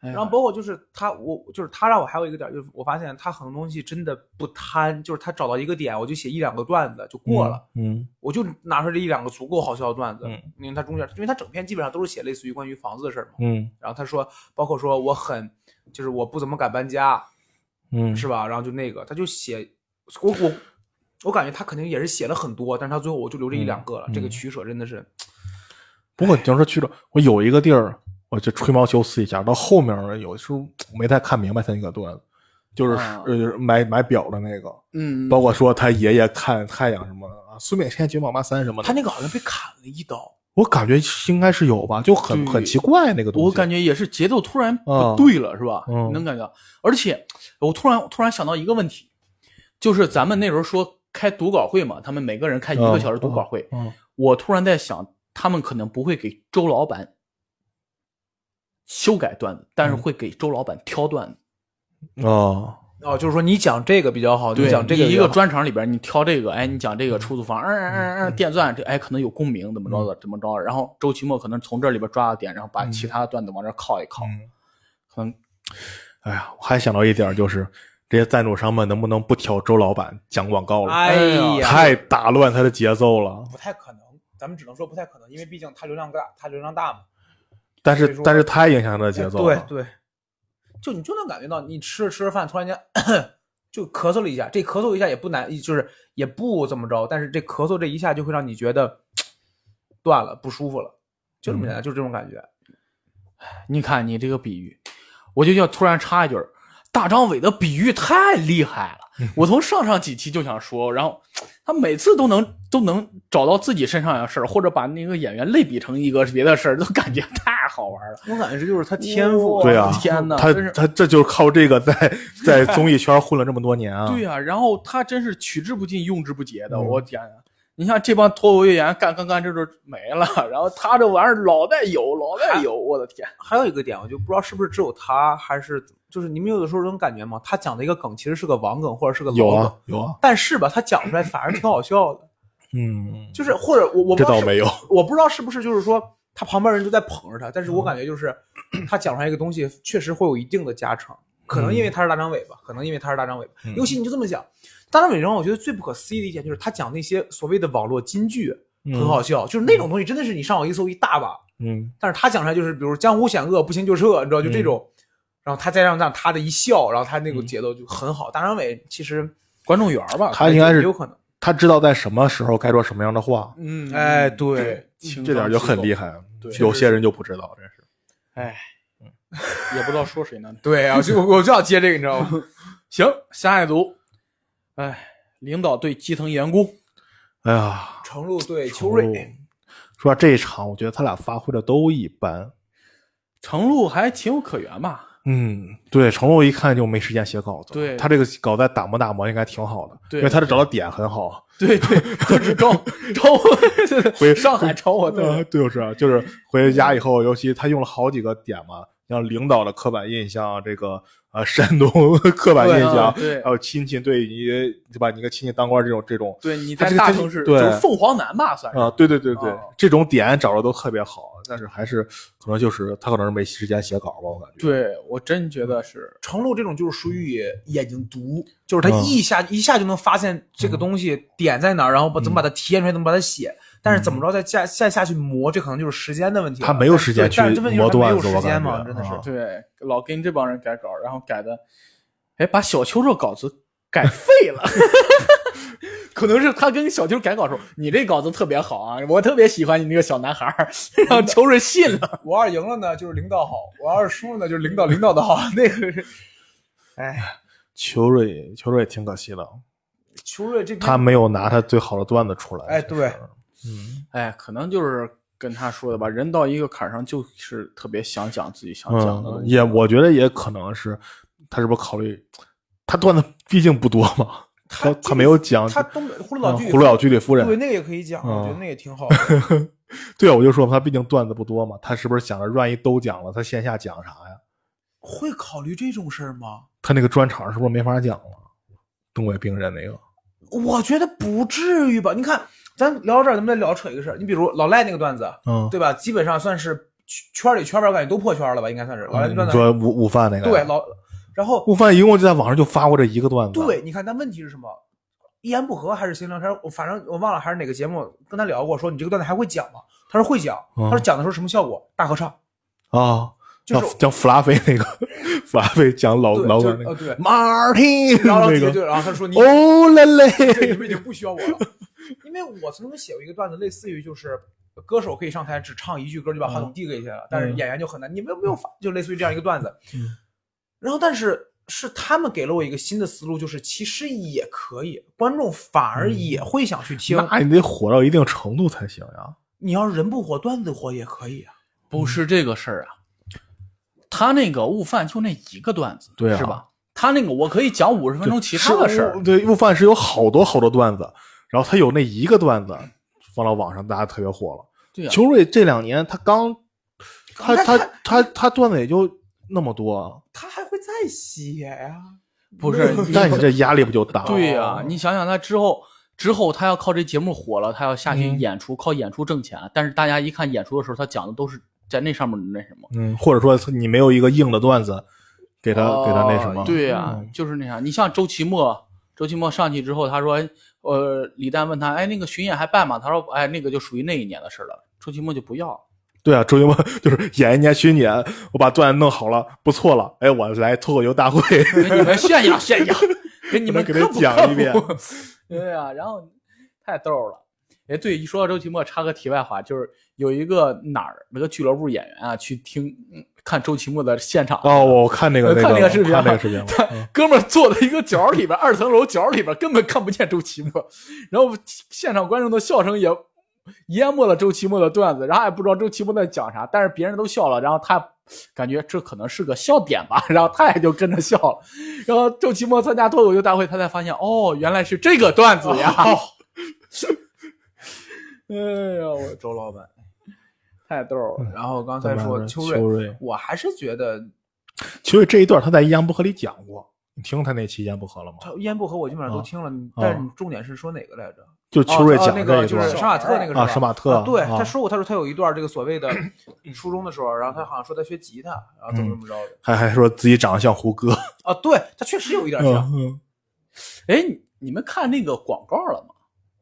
哎呀然后包括就是他，我就是他让我还有一个点，就是我发现他很多东西真的不贪，就是他找到一个点，我就写一两个段子就过了，，嗯我就拿出这一两个足够好笑的段子。嗯因为他中间，因为他整篇基本上都是写类似于关于房子的事儿嘛。嗯然后他说，包括说我很，就是我不怎么敢搬家，嗯是吧？然后就那个，他就写，我我我感觉他肯定也是写了很多，但是他最后我就留这一两个了。嗯嗯这个取舍真的是，不过你要说去了，我有一个地儿，我就吹毛求疵一下，到后面儿有时候没太看明白他那个段子，就是、啊呃买买表的那个，嗯，包括说他爷爷看太阳什么的啊，苏炳添九秒八三什么的，他那个好像被砍了一刀。我感觉应该是有吧，就很对很奇怪那个东西，我感觉觉也是节奏突然啊不对了，是吧？嗯你能感觉到。而且我突然突然想到一个问题，就是咱们那时候说开读稿会嘛，他们每个人开一个小时读稿会。嗯我突然在想，他们可能不会给周老板修改段子，但是会给周老板挑段子。哦，哦，就是说你讲这个比较好，你对，讲这个你比一较个好专场里边，你挑这个，哎，你讲这个出租房，嗯嗯嗯嗯，电钻这，哎，可能有共鸣，怎么着的，怎么着的。然后周奇墨可能从这里边抓了点，然后把其他的段子往这儿靠一靠，嗯可能哎呀，我还想到一点儿就是，这些赞助商们能不能不挑周老板讲广告了？哎呀，太打乱他的节奏了。不太可能，咱们只能说不太可能，因为毕竟他流量大，他流量大嘛。但所以是说哎但是太影响他的节奏对啊了。对，就你就能感觉到，你吃着吃着饭，突然间 就咳嗽了一下，这咳嗽一下也不难，就是也不怎么着，但是这咳嗽这一下就会让你觉得断了，不舒服了，就这么简嗯单，就是这种感觉。你看你这个比喻，我就要突然插一句儿，大张伟的比喻太厉害了。我从上上几期就想说，然后他每次都能都能找到自己身上的事儿，或者把那个演员类比成一个别的事儿，都感觉太好玩了。我感觉这就是他哇对啊天哪，他真是他这就是靠这个在在综艺圈混了这么多年啊。对呀、然后他真是取之不尽，用之不竭的。嗯我天呀！你像这帮脱口秀演员干干干，这就没了。然后他这玩意儿老带有，老带有，我的天！还有一个点，我就不知道是不是只有他，还是就是你们有的时候能感觉吗？他讲的一个梗其实是个网梗或者是个有老梗啊，有啊，但是吧，他讲出来反而挺好笑的，嗯，就是或者我我不这知道倒是没有。我不知道是不是就是说嗯 他旁边人都在捧着他，但是我感觉就是他讲出来一个东西确实会有一定的加成，可能因为他是大张伟吧，可能因为他是大张伟吧。嗯尤其你就这么想，大张伟让我觉得最不可思议的一点就是他讲那些所谓的网络金句很好笑，就是那种东西真的是你上网一搜一大把，嗯但是他讲出来就是比如江湖险恶，不行就撤，你知道嗯就这种。然后他再让让他的一笑，然后他那个节奏就很好。大张伟其实观众缘儿吧，他应该是有可能，他知道在什么时候该说什么样的话，嗯，哎，对，情这点就很厉害，害。对有些人就不知道，真是。哎，也不知道说谁呢。对啊，就我就要接这个，你知 道吗？行，下一组，哎，领导对基层员工，哎呀，程璐对秋秋瑞，哦说到这一场，我觉得他俩发挥的都一般。程璐还情有可原吧？嗯，对，程璐一看就没时间写稿子。对他这个稿子打磨打磨应该挺好的，对因为他这找的点很好。 对对，就是招招 回我，上海招我，呃对，对，就是啊就是回家以后，尤其他用了好几个点嘛，像领导的刻板印象，这个呃山东刻板印对啊象，对还有亲戚对你对吧？你个亲戚当官这种这种对你他在这个大真城市就对是凤凰男吧，算是啊，对对对对哦，这种点找的都特别好，但是还是可能就是他可能是没时间写稿吧，我感觉。对我真觉得是程璐这种就是属于眼睛毒，就是他嗯一下、一下就能发现这个东西点在哪儿，然后嗯把怎么把它体验出来，怎么把它写。但是怎么着再下再下去磨，这可能就是时间的问题了。他没有时间对但是去这问题磨就是他没段有子我时间感嘛，觉真的是。啊对，老跟这帮人改稿，然后改的，哎，把小秋这稿子改废了。 可能是他跟小秋改稿说：“你这稿子特别好啊，我特别喜欢你那个小男孩儿。”嗯 让秋瑞 信了。我要是赢了呢，就是领导好；我要是输了呢，就是领导领导的好。 那个是，哎，秋瑞，秋瑞挺可惜的，秋瑞这篇他没有拿他最好的段子出来。哎其实对，嗯哎，可能就是跟他说的吧，人到一个坎儿上，就是特别想讲自己想讲的嗯，东西。也我觉得也可能是他是不是考虑他段子毕竟不多嘛，他这个他没有讲他东北葫嗯芦岛居里葫芦岛居里夫人对，那个也可以讲，嗯我觉得那个也挺好的。 对，啊我就说嘛，他毕竟段子不多嘛，他是不是想着万一都讲了，他线下讲啥呀？会考虑这种事儿吗？他那个专场是不是没法讲了？东北病人那个，我觉得不至于吧。你看，咱聊到这儿，咱们再聊扯一个事儿。你比如老赖那个段子，嗯，对吧？基本上算是圈圈里圈外，我感觉都破圈了吧，应该算是老赖那段嗯你子。说午午饭那个，对老，然后午饭一共就在网上就发过这一个段子，对，你看，但问题是什么？一言不合还是闲聊天儿，我反正我忘了还是哪个节目跟他聊过，说你这个段子还会讲吗？他说会讲，嗯他说讲的时候什么效果？大合唱，啊，就是像讲弗拉菲那个， 弗拉菲讲老对，老就梗是那呃个对，马丁然后然后 那对对，个，然后他说你哦嘞 对， 嘞，你们已经不需要我了。因为我曾经写过一个段子，类似于就是歌手可以上台只唱一句歌就把话嗯筒递给下了，但是演员就很难。你们有没有发？就类似于这样一个段子。嗯 然后，但是是他们给了我一个新的思路，就是其实也可以，观众反而也会想去听。嗯那你得火到一定程度才行呀。你要是人不火，段子火也可以啊。不是这个事儿啊，他那个悟饭就那一个段子，对啊是吧？他那个我可以讲五十分钟其他的事儿是，啊对，悟饭是有好多好多段子，然后他有那一个段子放到网上，大家特别火了。对啊呀、秋瑞这两年他刚，他他他他他段子也就那么多，他还会再写呀、不是，你但你这压力不就大了？对呀、你想想他之后之后，他要靠这节目火了，他要下去嗯演出，靠演出挣钱。但是大家一看演出的时候，他讲的都是在那上面的那什么，嗯，或者说你没有一个硬的段子给他、给他那什么？哦对呀、嗯就是那啥。你像周奇墨，周奇墨上去之后，他说，呃，李诞问他，哎，那个巡演还办吗？他说，哎，那个就属于那一年的事儿了。周奇墨就不要了。对啊，周杰伦 就是演一年巡演，我把段子弄好了，不错了，哎，我来脱口秀大会， 给你们炫耀炫耀，给你们给他科普讲一遍科普 对啊，然后太逗了。哎，对，一说到周奇墨，插个题外话，就是有一个哪儿那个俱乐部演员啊，去听嗯看周奇墨的现场。哦，我看那个呃我那看那个个视频啊看那个视频 了，嗯他哥们儿坐在一个角儿里边，二层楼角儿里边根本看不见周奇墨，然后现场观众的笑声也淹没了周奇墨的段子，然后也不知道周奇墨在讲啥，但是别人都笑了，然后他感觉这可能是个笑点吧，然后他也就跟着笑了。然后周奇墨参加脱口秀大会，他才发现哦，原来是这个段子呀！ 哎呀，我周老板，太逗了。然后刚咱们才说还是秋秋瑞，瑞我还是觉得其实这一段他在一言不合里讲过，你听他那期一言不合了吗？嗯他一言不合我基本上都听了，啊但是你重点是说哪个来着？就哦邱瑞哦讲那这个一就是段杀马特那个是吧？啊，施马特啊，对，啊他说过，他说他有一段这个所谓的初中的时候，然后他好像说他学吉他，然后怎么怎么着的。还还说自己长得像胡歌，啊，对他确实有一点像。嗯哎，你你们看那个广告了吗？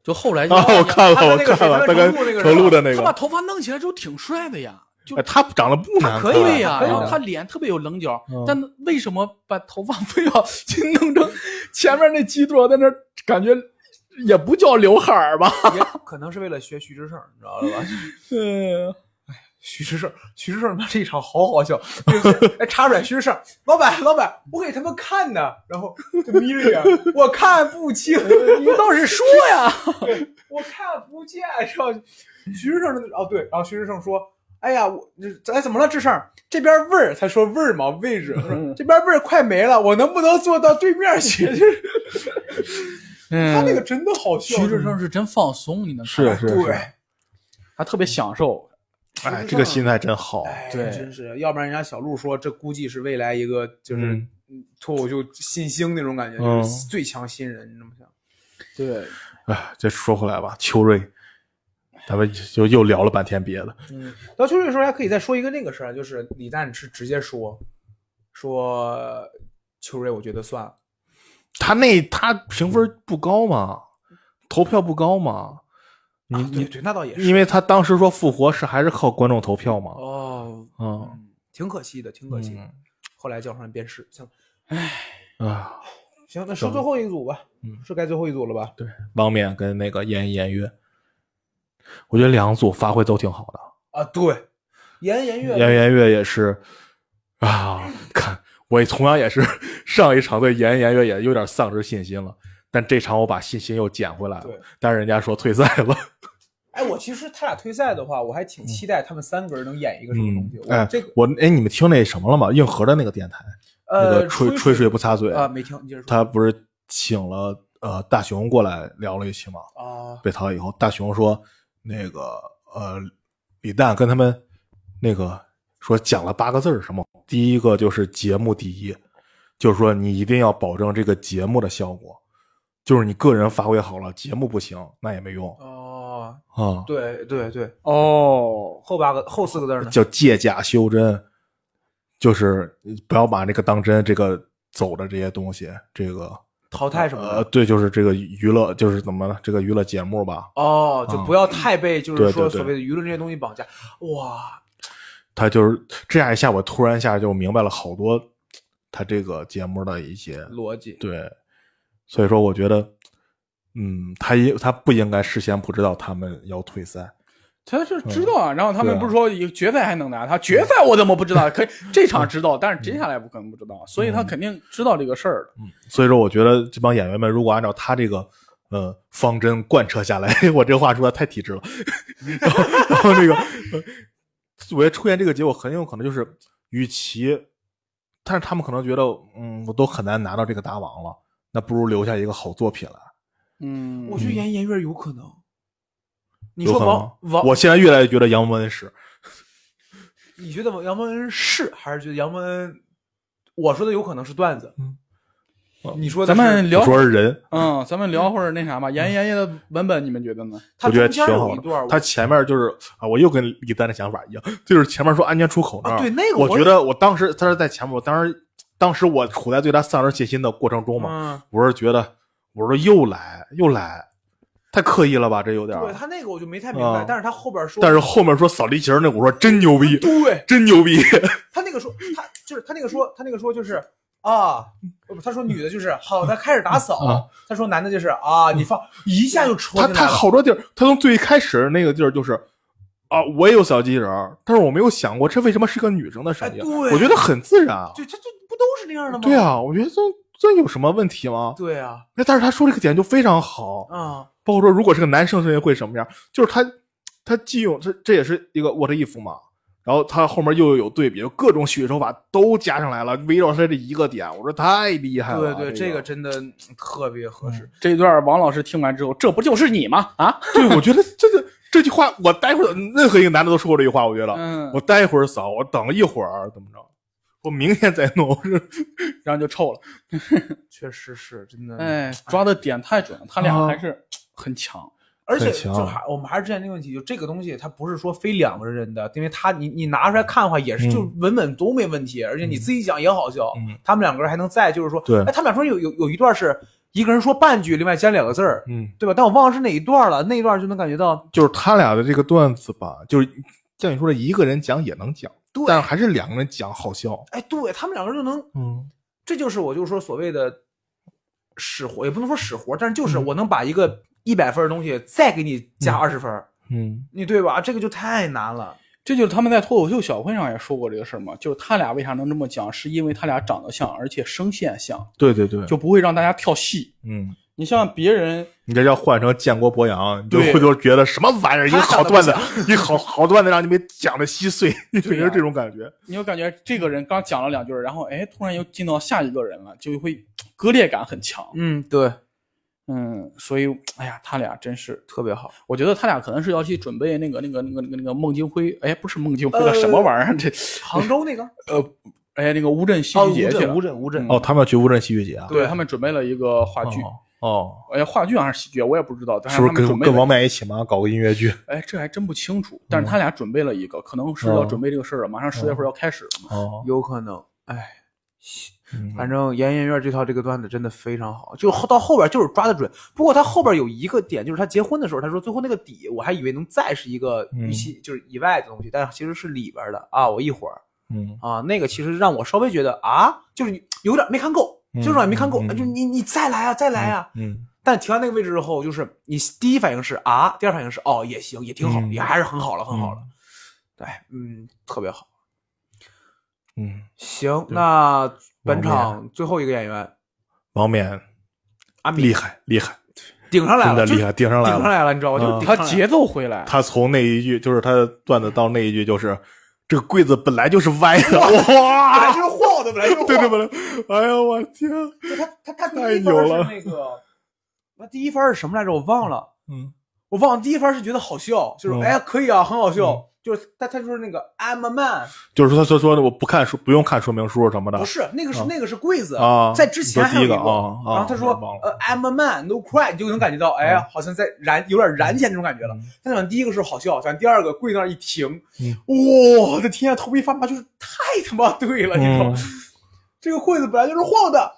就后 来就、啊，我看他了，我那个看了，谁他他跟跟程璐那个程璐的那他把个，头发弄起来之后挺帅的呀，就哎他长得不难看，啊可以对呀、可以然后的他脸特别有棱角，嗯但为什么把头发 非要去弄成前面那几朵在那儿感觉也不叫刘海儿 吧？也可能是为了学徐志胜，你知道了吧？嗯，徐志胜，徐志胜他这一场好好笑，就是哎，插出来，徐志胜，老板，老板，我给他们看呢，然后就眯着眼，我看不清，呃你倒是说 呀，我看不见，然后徐志胜的哦对，然后徐志胜说，哎呀，我这哎怎么了，志胜这边味儿，他说味儿嘛位 置，嗯这边味儿快没了，我能不能坐到对面去？ 就是他那个真的好笑，嗯徐志胜是真放松，你能看是出来是对是，，他特别享受。哎，这个心态真好，哎，对真是，要不然人家小鹿说，这估计是未来一个就是嗯嗯脱口秀新星那种感觉，嗯就是最强新人，你这么想？对，哎，这说回来吧，邱瑞，咱们就又聊了半天别的，嗯，到秋瑞的时候还可以再说一个那个事儿，啊就是李诞是直接说说秋瑞，我觉得算了，他那他评分不高嘛，投票不高嘛，你啊对你，对，那倒也是因为他当时说复活是还是靠观众投票嘛，哦，嗯嗯，挺可惜的，挺可惜的。嗯后来叫上鞭尸，行啊，行，那说最后一组吧，嗯是该最后一组了吧？对，汪冕跟那个颜颜悦，我觉得两组发挥都挺好的。啊，对，颜颜悦颜颜悦也是啊，看我也同样也是上一场对颜颜悦也有点丧失信心了，但这场我把信心又捡回来了对。但是人家说退赛了，哎，我其实他俩退赛的话，我还挺期待他们三个人能演一个什么东西。我哎，这个我哎，你们听那什么了吗？硬核的那个电台，那呃，个吹吹水不擦嘴啊，没听，你接着说。他不是请了呃大熊过来聊了一期吗？啊，被淘以后，大熊说那个呃，李诞跟他们那个说讲了八个字儿什么？第一个就是节目第一，就是说你一定要保证这个节目的效果，就是你个人发挥好了，节目不行那也没用哦，啊。对对对，哦，后八个后四个字呢？叫借假修真，就是不要把这个当真，这个走的这些东西，这个淘汰什么呃，的。对，就是这个娱乐，就是怎么了这个娱乐节目吧，哦，就不要太被就嗯对对是说对所谓的舆论这些东西绑架。哇，他就是这样一下，我突然一下就明白了好多他这个节目的一些逻辑。对，所以说我觉得，嗯，他应他不应该事先不知道他们要退赛，他是知道啊。然后他对们啊不是说有决赛还能拿，他决赛我怎么 不知道？可以这场知道，嗯但是接下来我可能不知道，所以他肯定知道这个事儿的。所以说我觉得这帮演员们如果按照他这个呃方针贯彻下来， 我这话说的太体制了， 然后然后这个，呃我觉得出现这个结果很有可能就是，与其，但是他们可能觉得，嗯，我都很难拿到这个大王了，那不如留下一个好作品来。嗯，我觉得颜颜悦有可能。你有说可王能王，我现在越来越觉得杨文恩是，你觉得王杨蒙恩是还是觉得杨蒙恩？我说的有可能是段子嗯。你说的嗯咱是们我聊说嗯是人，嗯，咱们聊会儿那啥吧，严严爷的文本你们觉得呢？他我觉中得间挺有好一段的我，。他前面就是啊，我又跟李丹的想法一样，就是前面说安全出口那儿，啊对那个我我觉得我当时他是在前面，我当时当时我处在对他丧失信心的啊过程中嘛，嗯，我是觉得我说又来又来，太刻意了吧，这有点儿。对他那个我就没太明白啊，但是他后边说，但是后面说扫地球那，我说真牛逼，对真牛逼，他那个说，他就是他那个说，他那个说就是啊，呃不他说女的就是好的开始打扫，啊他说男的就是啊，你放一下就戳他进来他了。好多地儿，他从最开始那个地儿就是啊，我也有小机器人儿，但是我没有想过这为什么是个女生的声音，哎对我觉得很自然啊。对，这这不都是那样的吗？对，啊，我觉得这这有什么问题吗？对啊，那但是他说这个点就非常好，啊，包括说如果是个男生声音会什么样，就是他他既有这这也是一个 what if 嘛，然后他后面又有对比，就各种叙事手法都加上来了，围绕他这一个点，我说太厉害对了。嗯对，这这个真的特别合适。这一段王老师听完之后，这不就是你吗？啊，对，我觉得这个这句话，我待会儿任何一个男的都说过这句话，我觉得。嗯我，待会儿扫，我等一会儿怎么着？我明天再弄。是然后就臭了。确实是真的。哎哎，抓的点太准了，他俩嗯啊还是很强。而且很强就还我们还是之前那个问题，就这个东西它不是说非两个人的，因为它你你拿出来看的话也是嗯就稳稳都没问题，而且你自己讲也好笑，嗯他们两个人还能在，就是说，对哎，他们俩中间有有有一段是一个人说半句，另外加两个字儿，嗯，对吧？但我忘了是哪一段了，那一段就能感觉到，就是他俩的这个段子吧，就是像你说的，一个人讲也能讲，对但还是两个人讲好笑。哎，对他们两个人就能，嗯，这就是我就说所谓的使活，也不能说使活，但是就是我能把一个一百分儿的东西再给你加二十分儿，嗯，你对吧？这个就太难了。这就是他们在脱口秀小会上也说过这个事儿嘛，就是他俩为啥能这么讲，是因为他俩长得像，而且声线像，对对对，就不会让大家跳戏。嗯，你像别人，你这要换成建国博洋，你就对会就觉得什么玩意儿，一个他好长得段子不，一好好段子让你们讲的稀碎，就是呀这种感觉。你就感觉这个人刚讲了两句儿，然后哎，突然又进到下一个人了，就会割裂感很强。嗯，对，嗯，所以哎呀，他俩真是，特别好。我觉得他俩可能是要去准备那个那个那个那个那个孟京辉，哎，不是孟京辉呃了，什么玩意儿？啊这 杭州那个呃，哎，那个乌镇戏哦，剧乌节去镇，了乌。镇，乌镇。哦，他们要去乌镇戏剧节啊？对他们准备了一个话剧，哦，哎，话剧还是戏剧，我也不知道，但是不他是们跟准备了跟王嗯冕一起嘛，搞个音乐剧？哎，这还真不清楚。但是他俩准备了一个，可能是要嗯准备这个事儿了，马上十月份要开始了嘛。哦， 有可能。哎，嗯反正妍妍院这套这个段子真的非常好，就后到后边就是抓得准。不过他后边有一个点，就是他结婚的时候，他说最后那个底，我还以为能再是一个嗯一系、就是以外的东西，但是其实是里边的啊。我一会儿嗯，啊，那个其实让我稍微觉得啊，就是你有点没看够，嗯就是我没看够，嗯啊就你你再来啊，再来啊。嗯，但停到那个位置之后，就是你第一反应是啊，第二反应是哦，也行，也挺好，嗯也还是很好了，很好了嗯。哎，嗯，特别好。嗯，行，对那本王场最后一个演员王冕阿米厉害厉害，顶上来真了，的就是厉害，顶上来顶上了。来了，你知道吗？就是嗯顶他上来了节奏回来，他从那一句就是他的段子到那一句就是这个柜子本来就是歪的，哇本来，就是晃的，本来就是晃对的。对不对？哎呀，我天，对他他他第太一牛分是了那个， 那第一分是什么来着？我忘了，嗯我忘了。第一分是觉得好笑，就是、嗯哎呀可以啊，很好笑。嗯啊就是他他就是那个 I'm a man，就是说他说的我不看说不用看说明书什么的不，是那个是、啊那个是柜子，啊在之前你说还有第一一个个啊啊然后他说我忘了嗯呃 I'm a man，no cry，你就能感觉到哎呀、好像在燃有点燃起来那种感觉了。他讲第一个是好笑，讲第二个跪那儿一停，嗯哇我的天啊，头皮发麻，就是太他妈对了，你知嗯道吗？这个柜子本来就是晃的，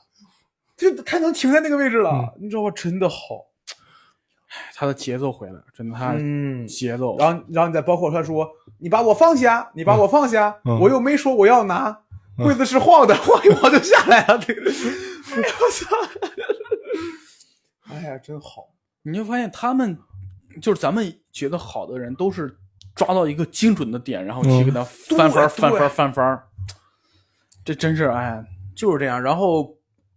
就它能停在那个位置嗯了，你知道吗？真的好，他的节奏回来，真的，他嗯。节奏。然后，然后你再包括他说：“你把我放下，你把我放下，嗯我又没说我要拿，嗯柜子是晃的，晃一晃就下来了。” 对，哎呀我操！ 哎呀，真好。你就发现他们就是咱们觉得好的人，都是抓到一个精准的点，然后去给他翻番儿、对对翻番儿、翻番儿。这真是哎，就是这样。然后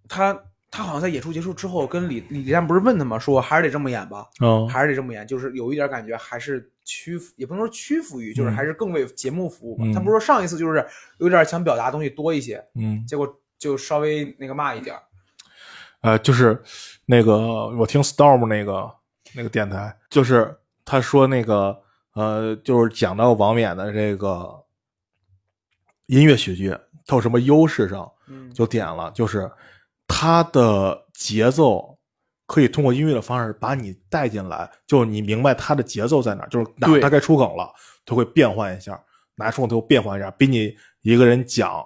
他他好像在演出结束之后，跟李李诞不是问他吗？说还是得这么演吧，嗯还是得这么演，就是有一点感觉还是屈服，也不能说屈服于，就是嗯还是更为节目服务吧。嗯他不是说上一次就是有点想表达的东西多一些，嗯，结果就稍微那个嘛一点儿。呃，就是那个我听 Storm 那个那个电台，就是他说那个呃，就是讲到王冕的这个音乐喜剧，它有什么优势上，嗯，就点了，就是它的节奏可以通过音乐的方式把你带进来，就是你明白它的节奏在哪儿，就是哪对它该出梗了，它会变换一下，哪出梗它会变换一下，比你一个人讲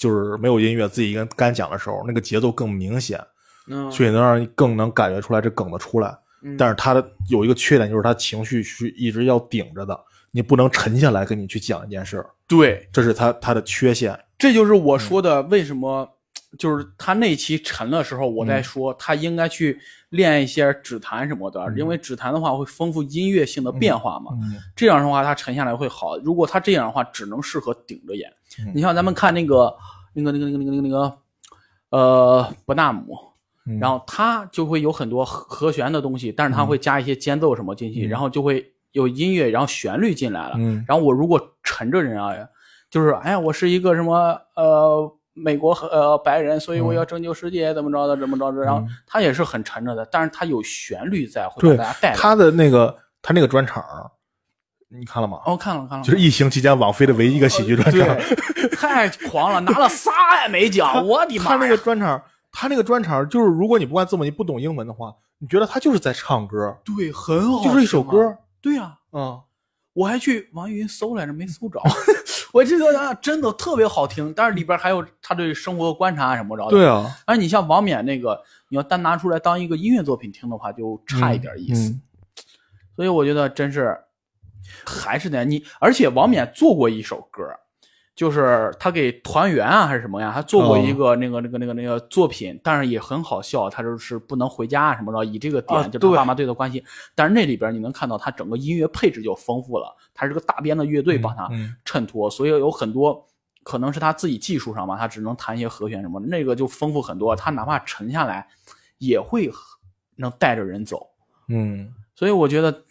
就是没有音乐自己一个人干讲的时候，那个节奏更明显，嗯所以能让你更能感觉出来这梗的出来。嗯但是它的有一个缺点就是它情绪是一直要顶着的，你不能沉下来跟你去讲一件事儿，对，这是它它的缺陷。这就是我说的为什么，就是他那期沉的时候，我在说他应该去练一些指弹什么的，因为指弹的话会丰富音乐性的变化嘛。嗯这样的话，他沉下来会好。如果他这样的话，只能适合顶着演。嗯你像咱们看那个、那个、那个、那个、那个、那个、那个，呃，伯纳姆，嗯然后他就会有很多和和弦的东西，但是他会加一些间奏什么进去，嗯然后就会有音乐，然后旋律进来了。嗯然后我如果沉着人啊，就是哎呀，我是一个什么呃美国呃白人，所嗯以我要拯救世界，怎么着的，怎么着的。然后他也是很沉着的，但是他有旋律在，会对把大家带着。他的那个他那个专场儿，你看了吗？哦，看了看了，就是疫情期间网飞的唯一一个喜剧专场儿。对，太狂了，拿了仨艾美奖，我的他妈那呀个！专场儿他那个专场就是，如果你不看字幕，你不懂英文的话，你觉得他就是在唱歌，对，很好，就是一首歌。对呀、啊、我还去网易云搜来着，没搜着。 我这个啊真的特别好听，但是里边还有他对生活的观察啊什么着的。对啊，而你像王冕那个，你要单拿出来当一个音乐作品听的话，就差一点意思。嗯所以我觉得真是还是得你，而且王冕做过一首歌，就是他给团圆啊还是什么呀，他做过一个那个那个那个那个作品，但是也很好笑，他就是不能回家啊什么的，以这个啊点就是对他爸妈对的关系。但是那里边你能看到他整个音乐配置就丰富了，他是个大编的乐队帮他嗯衬托，所以有很多可能是他自己技术上嘛，他只能弹一些和弦什么的，那个就丰富很多。他哪怕沉下来，也会能带着人走。嗯，所以我觉得，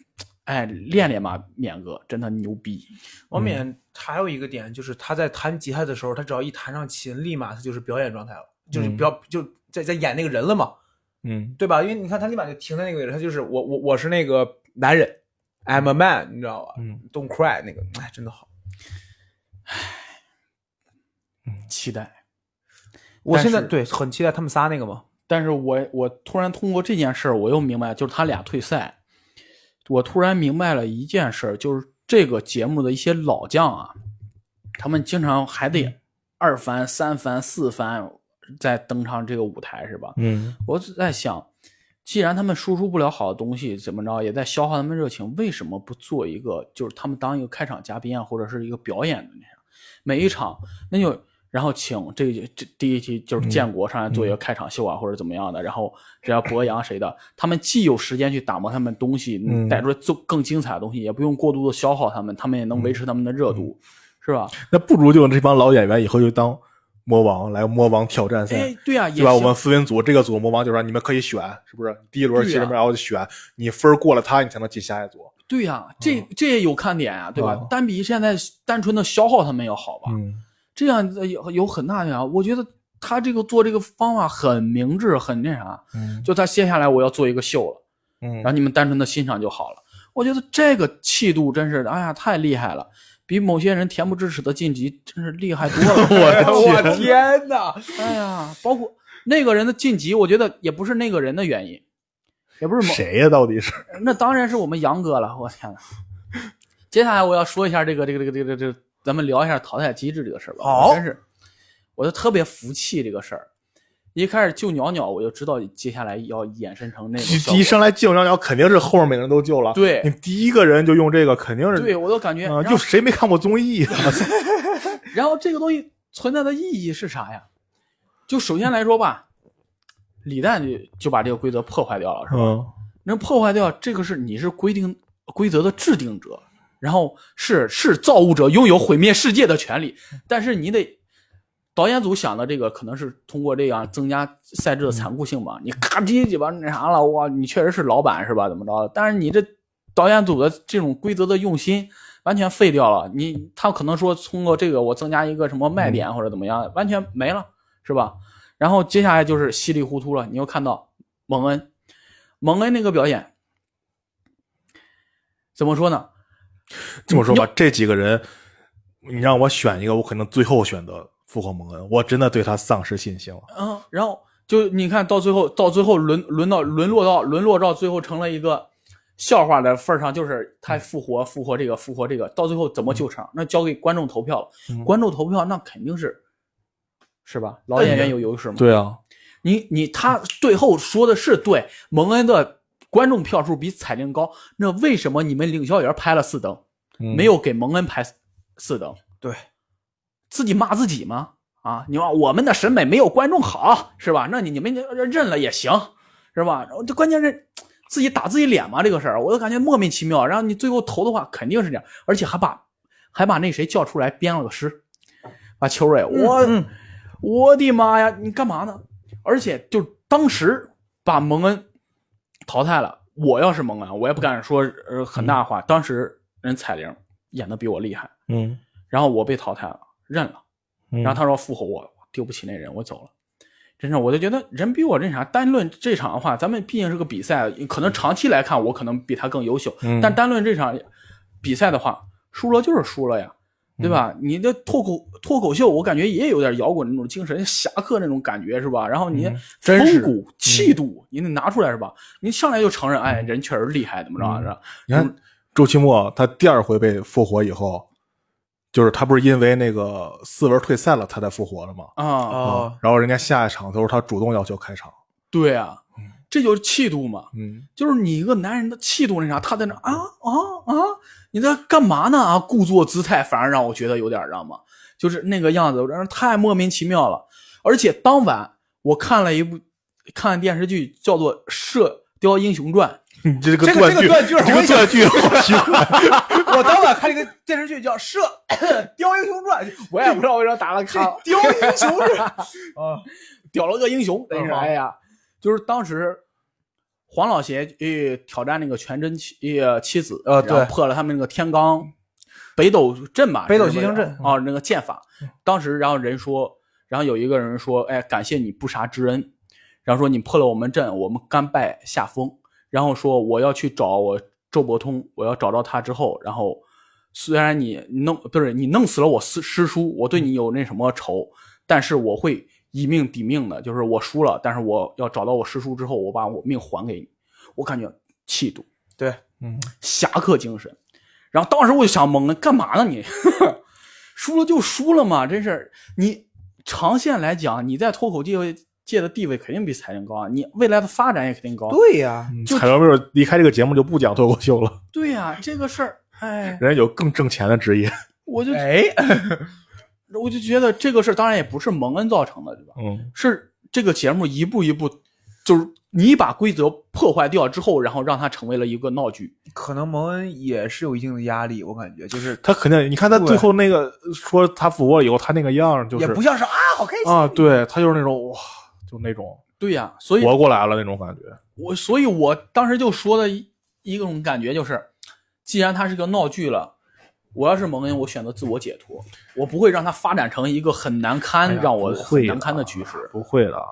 哎，练练吧，勉哥真的牛逼。王冕还有一个点就是他在弹吉他的时候，他只要一弹上琴，立马他就是表演状态了，就是嗯表、就在在演那个人了嘛，嗯对吧？因为你看他立马就停在那个位置，他就是我我我是那个男人，I'm a man，你知道吧、嗯 d o n t cry 那个，哎，真的好。期待。我现在但是，对很期待他们仨那个嘛，但是我我突然通过这件事儿，我又明白，就是他俩退赛，我突然明白了一件事儿，就是这个节目的一些老将啊，他们经常还得二番、三番、四番再登上这个舞台，是吧？嗯我只在想，既然他们输出不了好的东西，怎么着也在消耗他们热情，为什么不做一个就是他们当一个开场嘉宾啊，或者是一个表演的那样？每一嗯场那就然后请这这第一期就是嗯建国上来做一个开场秀啊，或者怎么样的，然后只要博洋谁的，他们既有时间去打磨他们东西，嗯带出来更更精彩的东西，也不用过度的消耗他们，他们也能嗯维持他们的热度，是吧？ 那不如就这帮老演员以后就当魔王来魔王挑战赛哎，，对呀、啊，对也吧？行我们四人组这个组魔王就说你们可以选，是不是？第一轮对啊七呀人然后就选，你分儿过了他，你才能进下一组。对呀、这这也有看点啊，对吧？嗯单比现在单纯的消耗他们要好吧？嗯这样呃有有很大的啊，我觉得他这个做这个方法很明智，很那啥。嗯就他接下来我要做一个秀了，嗯然后你们单纯的欣赏就好了。我觉得这个气度真是，哎呀，太厉害了，比某些人恬不知耻的晋级真是厉害多了。 我的天哪！哎呀，包括那个人的晋级，我觉得也不是那个人的原因，也不是嗯某谁呀？到底是？那当然是我们杨哥了，我天哪！接下来我要说一下这个这个这个这个这个，咱们聊一下淘汰机制这个事儿吧。好我真是，我就特别服气这个事儿。一开始救鸟鸟，我就知道接下来要衍生成那种效第一果。上来救鸟鸟肯定是后面每个人都救了，对你第一个人就用这个，肯定是对，我都感觉，啊，然就后谁没看过综艺啊？然后这个东西存在的意义是啥呀？就首先来说吧，李诞就就把这个规则破坏掉了，是吧？ 嗯能破坏掉这个是你是规定规则的制定者，然后是是造物者拥有毁灭世界的权利，但是你得导演组想的这个可能是通过这样增加赛制的残酷性嘛，你咔叽鸡巴那啥了，哇，你确实是老板是吧？怎么着的？但是你这导演组的这种规则的用心。完全废掉了，你他可能说通过这个我增加一个什么卖点或者怎么样，完全没了，是吧？然后接下来就是稀里糊涂了，你又看到蒙恩，蒙恩那个表演，怎么说呢？这么说吧，这几个人，你让我选一个，我可能最后选择复活蒙恩，我真的对他丧失信心了。嗯，然后就你看到最后，到最后沦沦到沦落到沦落到最后成了一个笑话的份儿上，就是他嗯复活复活这个复活这个，到最后怎么救场，那交给观众投票了。嗯观众投票那肯定是是吧？老演员有优势嘛？对啊，你你他最后说的是对，蒙恩的观众票数比彩铃高，那为什么你们领笑员拍了四灯，嗯没有给蒙恩拍四灯？嗯对，自己骂自己吗？啊，你说我们的审美没有观众好是吧？那你你们就认了也行是吧？然后这关键是自己打自己脸嘛，这个事儿我都感觉莫名其妙。然后你最后投的话肯定是这样，而且还把还把那谁叫出来编了个诗，把秋瑞，我、嗯我的妈呀，你干嘛呢？而且就当时把蒙恩淘汰了，我要是蒙恩，我也不敢说呃很大话。当时人彩铃演的比我厉害，嗯，然后我被淘汰了，认了。嗯，然后他说复活我，我丢不起那人，我走了。真是，我就觉得人比我那啥。单论这场的话，咱们毕竟是个比赛，可能长期来看我可能比他更优秀，嗯但单论这场比赛的话，输了就是输了呀。对嗯吧？你的脱口脱口秀，我感觉也有点摇滚那种精神，侠客那种感觉是吧？然后你嗯真风是骨、气度，你得拿出来是吧？你上来就承认，哎，人确实厉害，怎么着嗯是吧？你看周奇墨他第二回被复活以后，就是他不是因为那个四文退赛了他才复活的吗？嗯啊，哦，然后人家下一场都是他主动要求开场，对啊，这就是气度嘛。嗯，就是你一个男人的气度那啥，他在那啊啊啊，你在干嘛呢啊？故作姿态，反而让我觉得有点儿，知道吗？就是那个样子，让人太莫名其妙了。而且当晚我看了一部看电视剧，叫做《射雕英雄传》，你这个这个断这个断句儿这我个也断句 好奇怪，我当晚看了一个电视剧叫《射 雕英雄传》，我也不知道为啥打了 这《雕英雄传》啊，屌了个英雄，真是嗯哎呀，就是当时黄老邪去挑战那个全真妻呃妻子，呃然后对破了他们那个天罡北斗阵吧，北斗是七星嗯阵啊，那个剑法。当时然后人说，然后有一个人说，哎，感谢你不杀之恩，然后说你破了我们阵，我们甘拜下风。然后说我要去找我周伯通，我要找到他之后，然后虽然你弄不是你弄死了我师师叔，我对你有那什么仇，但是我会以命抵命的，就是我输了，但是我要找到我师叔之后，我把我命还给你。我感觉气度、对，嗯，侠客精神。然后当时我就想懵了，干嘛呢你？ 输了就输了嘛，真是你长线来讲，你在脱口界界的地位肯定比彩铃高啊，你未来的发展也肯定高。啊 对呀，嗯彩铃妹儿离开这个节目就不讲脱口秀了，对呀、这个事儿，哎，人家有更挣钱的职业，我就哎， 我就觉得这个事儿当然也不是蒙恩造成的，对吧？嗯，是这个节目一步一步，就是你把规则破坏掉之后，然后让它成为了一个闹剧。可能蒙恩也是有一定的压力，我感觉就是他肯定，你看他最后那个说他复活了以后，他那个样儿就是也不像是啊，好开心啊，对他就是那种哇，就那种对呀、所以活过来了那种感觉，我所以我当时就说的一一种感觉就是，既然它是个闹剧了，我要是蒙恩，我选择自我解脱，我不会让它发展成一个很难堪、哎呀让我不会很难堪的局势。不会的。啊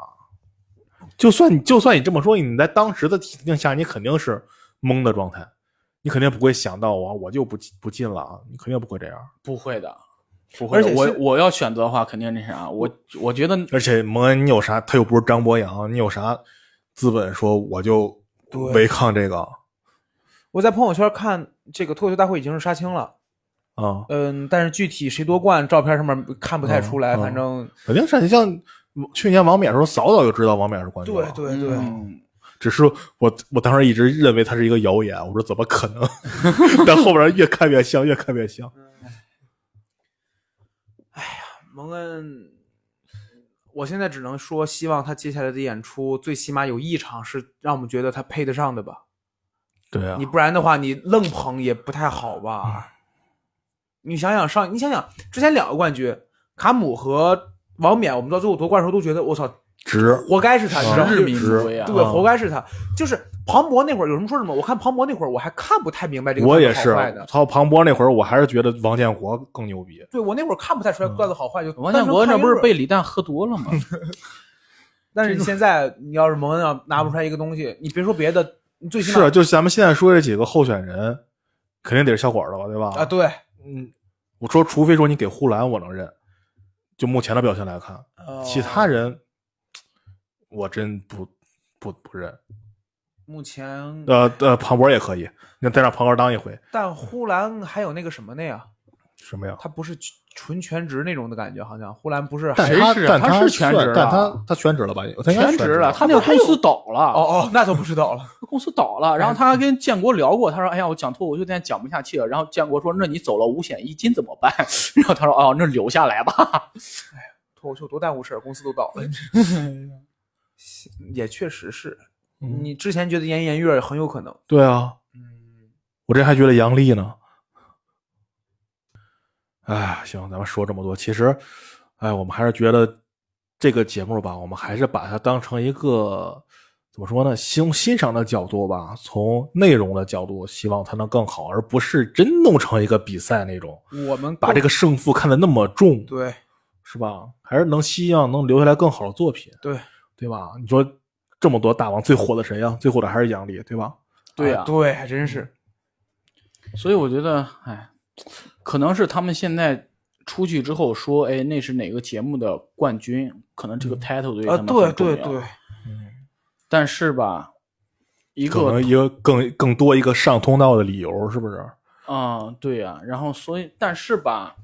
就算你就算你这么说，你在当时的情境下，你肯定是懵的状态，你肯定不会想到我我就不不进了啊，你肯定不会这样。不会的，不会而的。且我是我要选择的话，肯定那啥，我我觉得而且蒙恩，你有啥？他又不是张博洋，你有啥资本说我就对违抗这个我在朋友圈看这个脱口秀大会已经是杀青了，啊？嗯，但是具体谁夺冠，照片上面看不太出来，嗯嗯反正肯定是你像去年王冕的时候，早早就知道王冕是冠军了，对嗯只是我我当时一直认为它是一个谣言，我说怎么可能？ 但后边越看越像，越看越像。蒙恩，我现在只能说，希望他接下来的演出最起码有一场是让我们觉得他配得上的吧，对啊你不然的话，你愣捧也不太好嗯吧？你想想上，你想想之前两个冠军，卡姆和王冕，我们到最后夺冠的时候都觉得我操，值活该是他，你知道吗实值至就名值归啊对，啊活该是他。就是庞博那会儿有什么说什么，我看庞博那会儿我还看不太明白这个我段也子是好坏的，，操庞博那会儿，我还是觉得王建国更牛逼。对我那会儿看不太出来段子好坏，就王建国那不是。单纯看一会被儿李诞喝多了吗？但是你现在你要是蒙恩要拿不出来一个东西，你别说别的，你最起码是，就是咱们现在说这几个候选人，肯定得是小伙儿的吧，对吧？啊，对，嗯，我说，除非说你给护栏，我能认。就目前的表现来看，哦呃其他人我真不不不认。目前呃呃，庞博也可以，那再让庞博当一回，但呼兰还有那个什么的呀，什么呀？他不是纯全职那种的感觉，好像呼兰不是但谁他是啊但他是全算职但了他他全职了吧？他应该全职了，他他那个公司倒了。哦哦，那都不知道了。公司倒了，然后他还跟建国聊过，他说：“哎呀，我讲脱口秀现在讲不下去了。”然后建国说：“那你走了五险一金怎么办？” 然后他说：“哦，那留下来吧。脱口秀多耽误事儿，公司都倒 了。也确实是，嗯你之前觉得颜颜悦很有可能，对啊，嗯，我这还觉得杨笠呢。哎，行，咱们说这么多，其实，哎，我们还是觉得这个节目吧，我们还是把它当成一个怎么说呢？欣欣赏的角度吧，从内容的角度，希望它能更好，而不是真弄成一个比赛那种，我们把这个个胜负看得那么重，对是吧？还是能希望能留下来更好的作品，对对吧？你说这么多大王，最火的谁呀、啊最火的还是杨笠，对吧？”哎对呀、啊，对，还真是所以我觉得，哎，可能是他们现在出去之后说，哎，那是哪个节目的冠军，可能这个 title 嗯对于啊，他们对很重对要。对，但是吧，一可能个一个更更多一个上通道的理由，是不是？啊、对呀、然后所以，但是吧，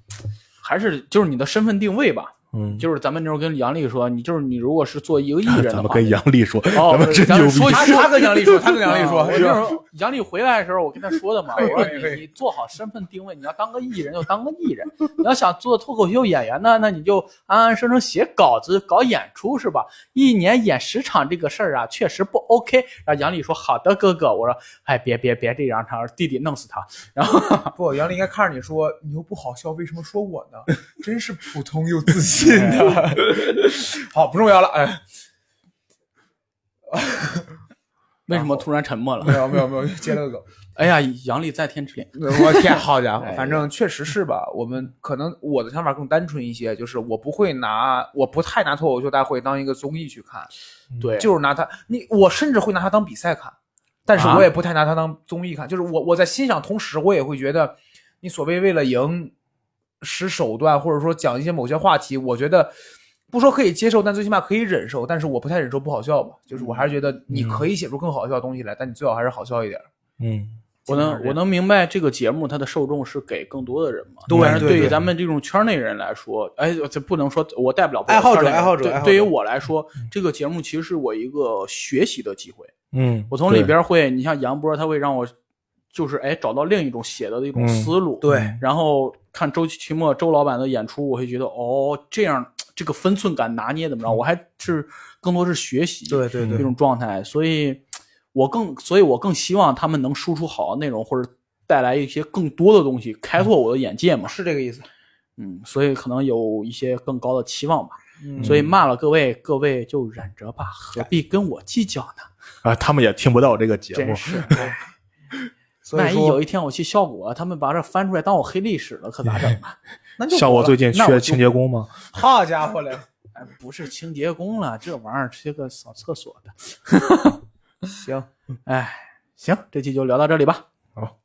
还是就是你的身份定位吧，嗯，就是咱们那时候跟杨丽说，你就是你如果是做一个艺人咱的们话，跟杨丽说，哦，咱们真咱牛们逼说，他说他跟杨丽说他跟杨丽说 啊我是哎那时候杨丽回来的时候，我跟他说的嘛，我说可以可以你你做好身份定位，你要当个艺人就当个艺人，你要想做脱口秀演员呢，那你就安安生生写稿子、搞演出是吧？一年演十场这个事儿啊，确实不 OK。然后杨丽说：“好的，哥哥。”我说：“哎，别别别这样，他弟弟弄死他。”然后不，杨丽应该看着你说，你又不好笑，为什么说我呢？ 真是普通又自信的。好，不重要了，哎，为什么突然沉默了没？有没有没有，接了 个梗。哎呀，杨丽在天之灵。我天，好家伙哎，呀反正确实是吧。我们可能我的想法更单纯一些，就是我不会拿，我不太拿脱口秀大会当一个综艺去看，对，就是拿它，你我甚至会拿它当比赛看，但是啊我也不太拿它当综艺看。就是我我在欣赏同时，我也会觉得，你所谓为了赢，使手段或者说讲一些某些话题，我觉得不说可以接受，但最起码可以忍受。但是我不太忍受不好笑吧，就是我还是觉得你可以写出更好笑的东西来，但你最好还是好笑一点。嗯，我基本上是能这样我能明白这个节目它的受众是给更多的人嘛？对但是对对于对咱们这种圈内人来说，哎，这不能说我带不了爱好者圈内人爱好者对爱好者嗯对于我来说，这个节目其实是我一个学习的机会。嗯，我从里边会，你像杨波，他会让我就是哎找到另一种写的的一种嗯思路。对然后看周奇墨周老板的演出，我会觉得哦，这样这个分寸感拿捏怎么着？我还是更多是学习。嗯对这种状态，所以我更，所以我更希望他们能输出好的内容，或者带来一些更多的东西，开嗯拓我的眼界嘛。是这个意思。嗯，所以可能有一些更高的期望吧。嗯所以骂了各位，各位就忍着吧，何必跟我计较呢？对啊，他们也听不到这个节目真，是， 所以万一说有一天我去效果，他们把这翻出来当我黑历史了，可咋整 啊？那就像火我了最近那我缺就清洁工吗？好家伙嘞！哎，不是清洁工了，这玩意儿是个扫厕所的。 行，哎，行，这期就聊到这里吧。好，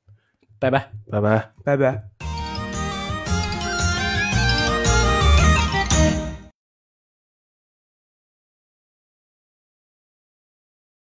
拜拜。拜拜。拜拜。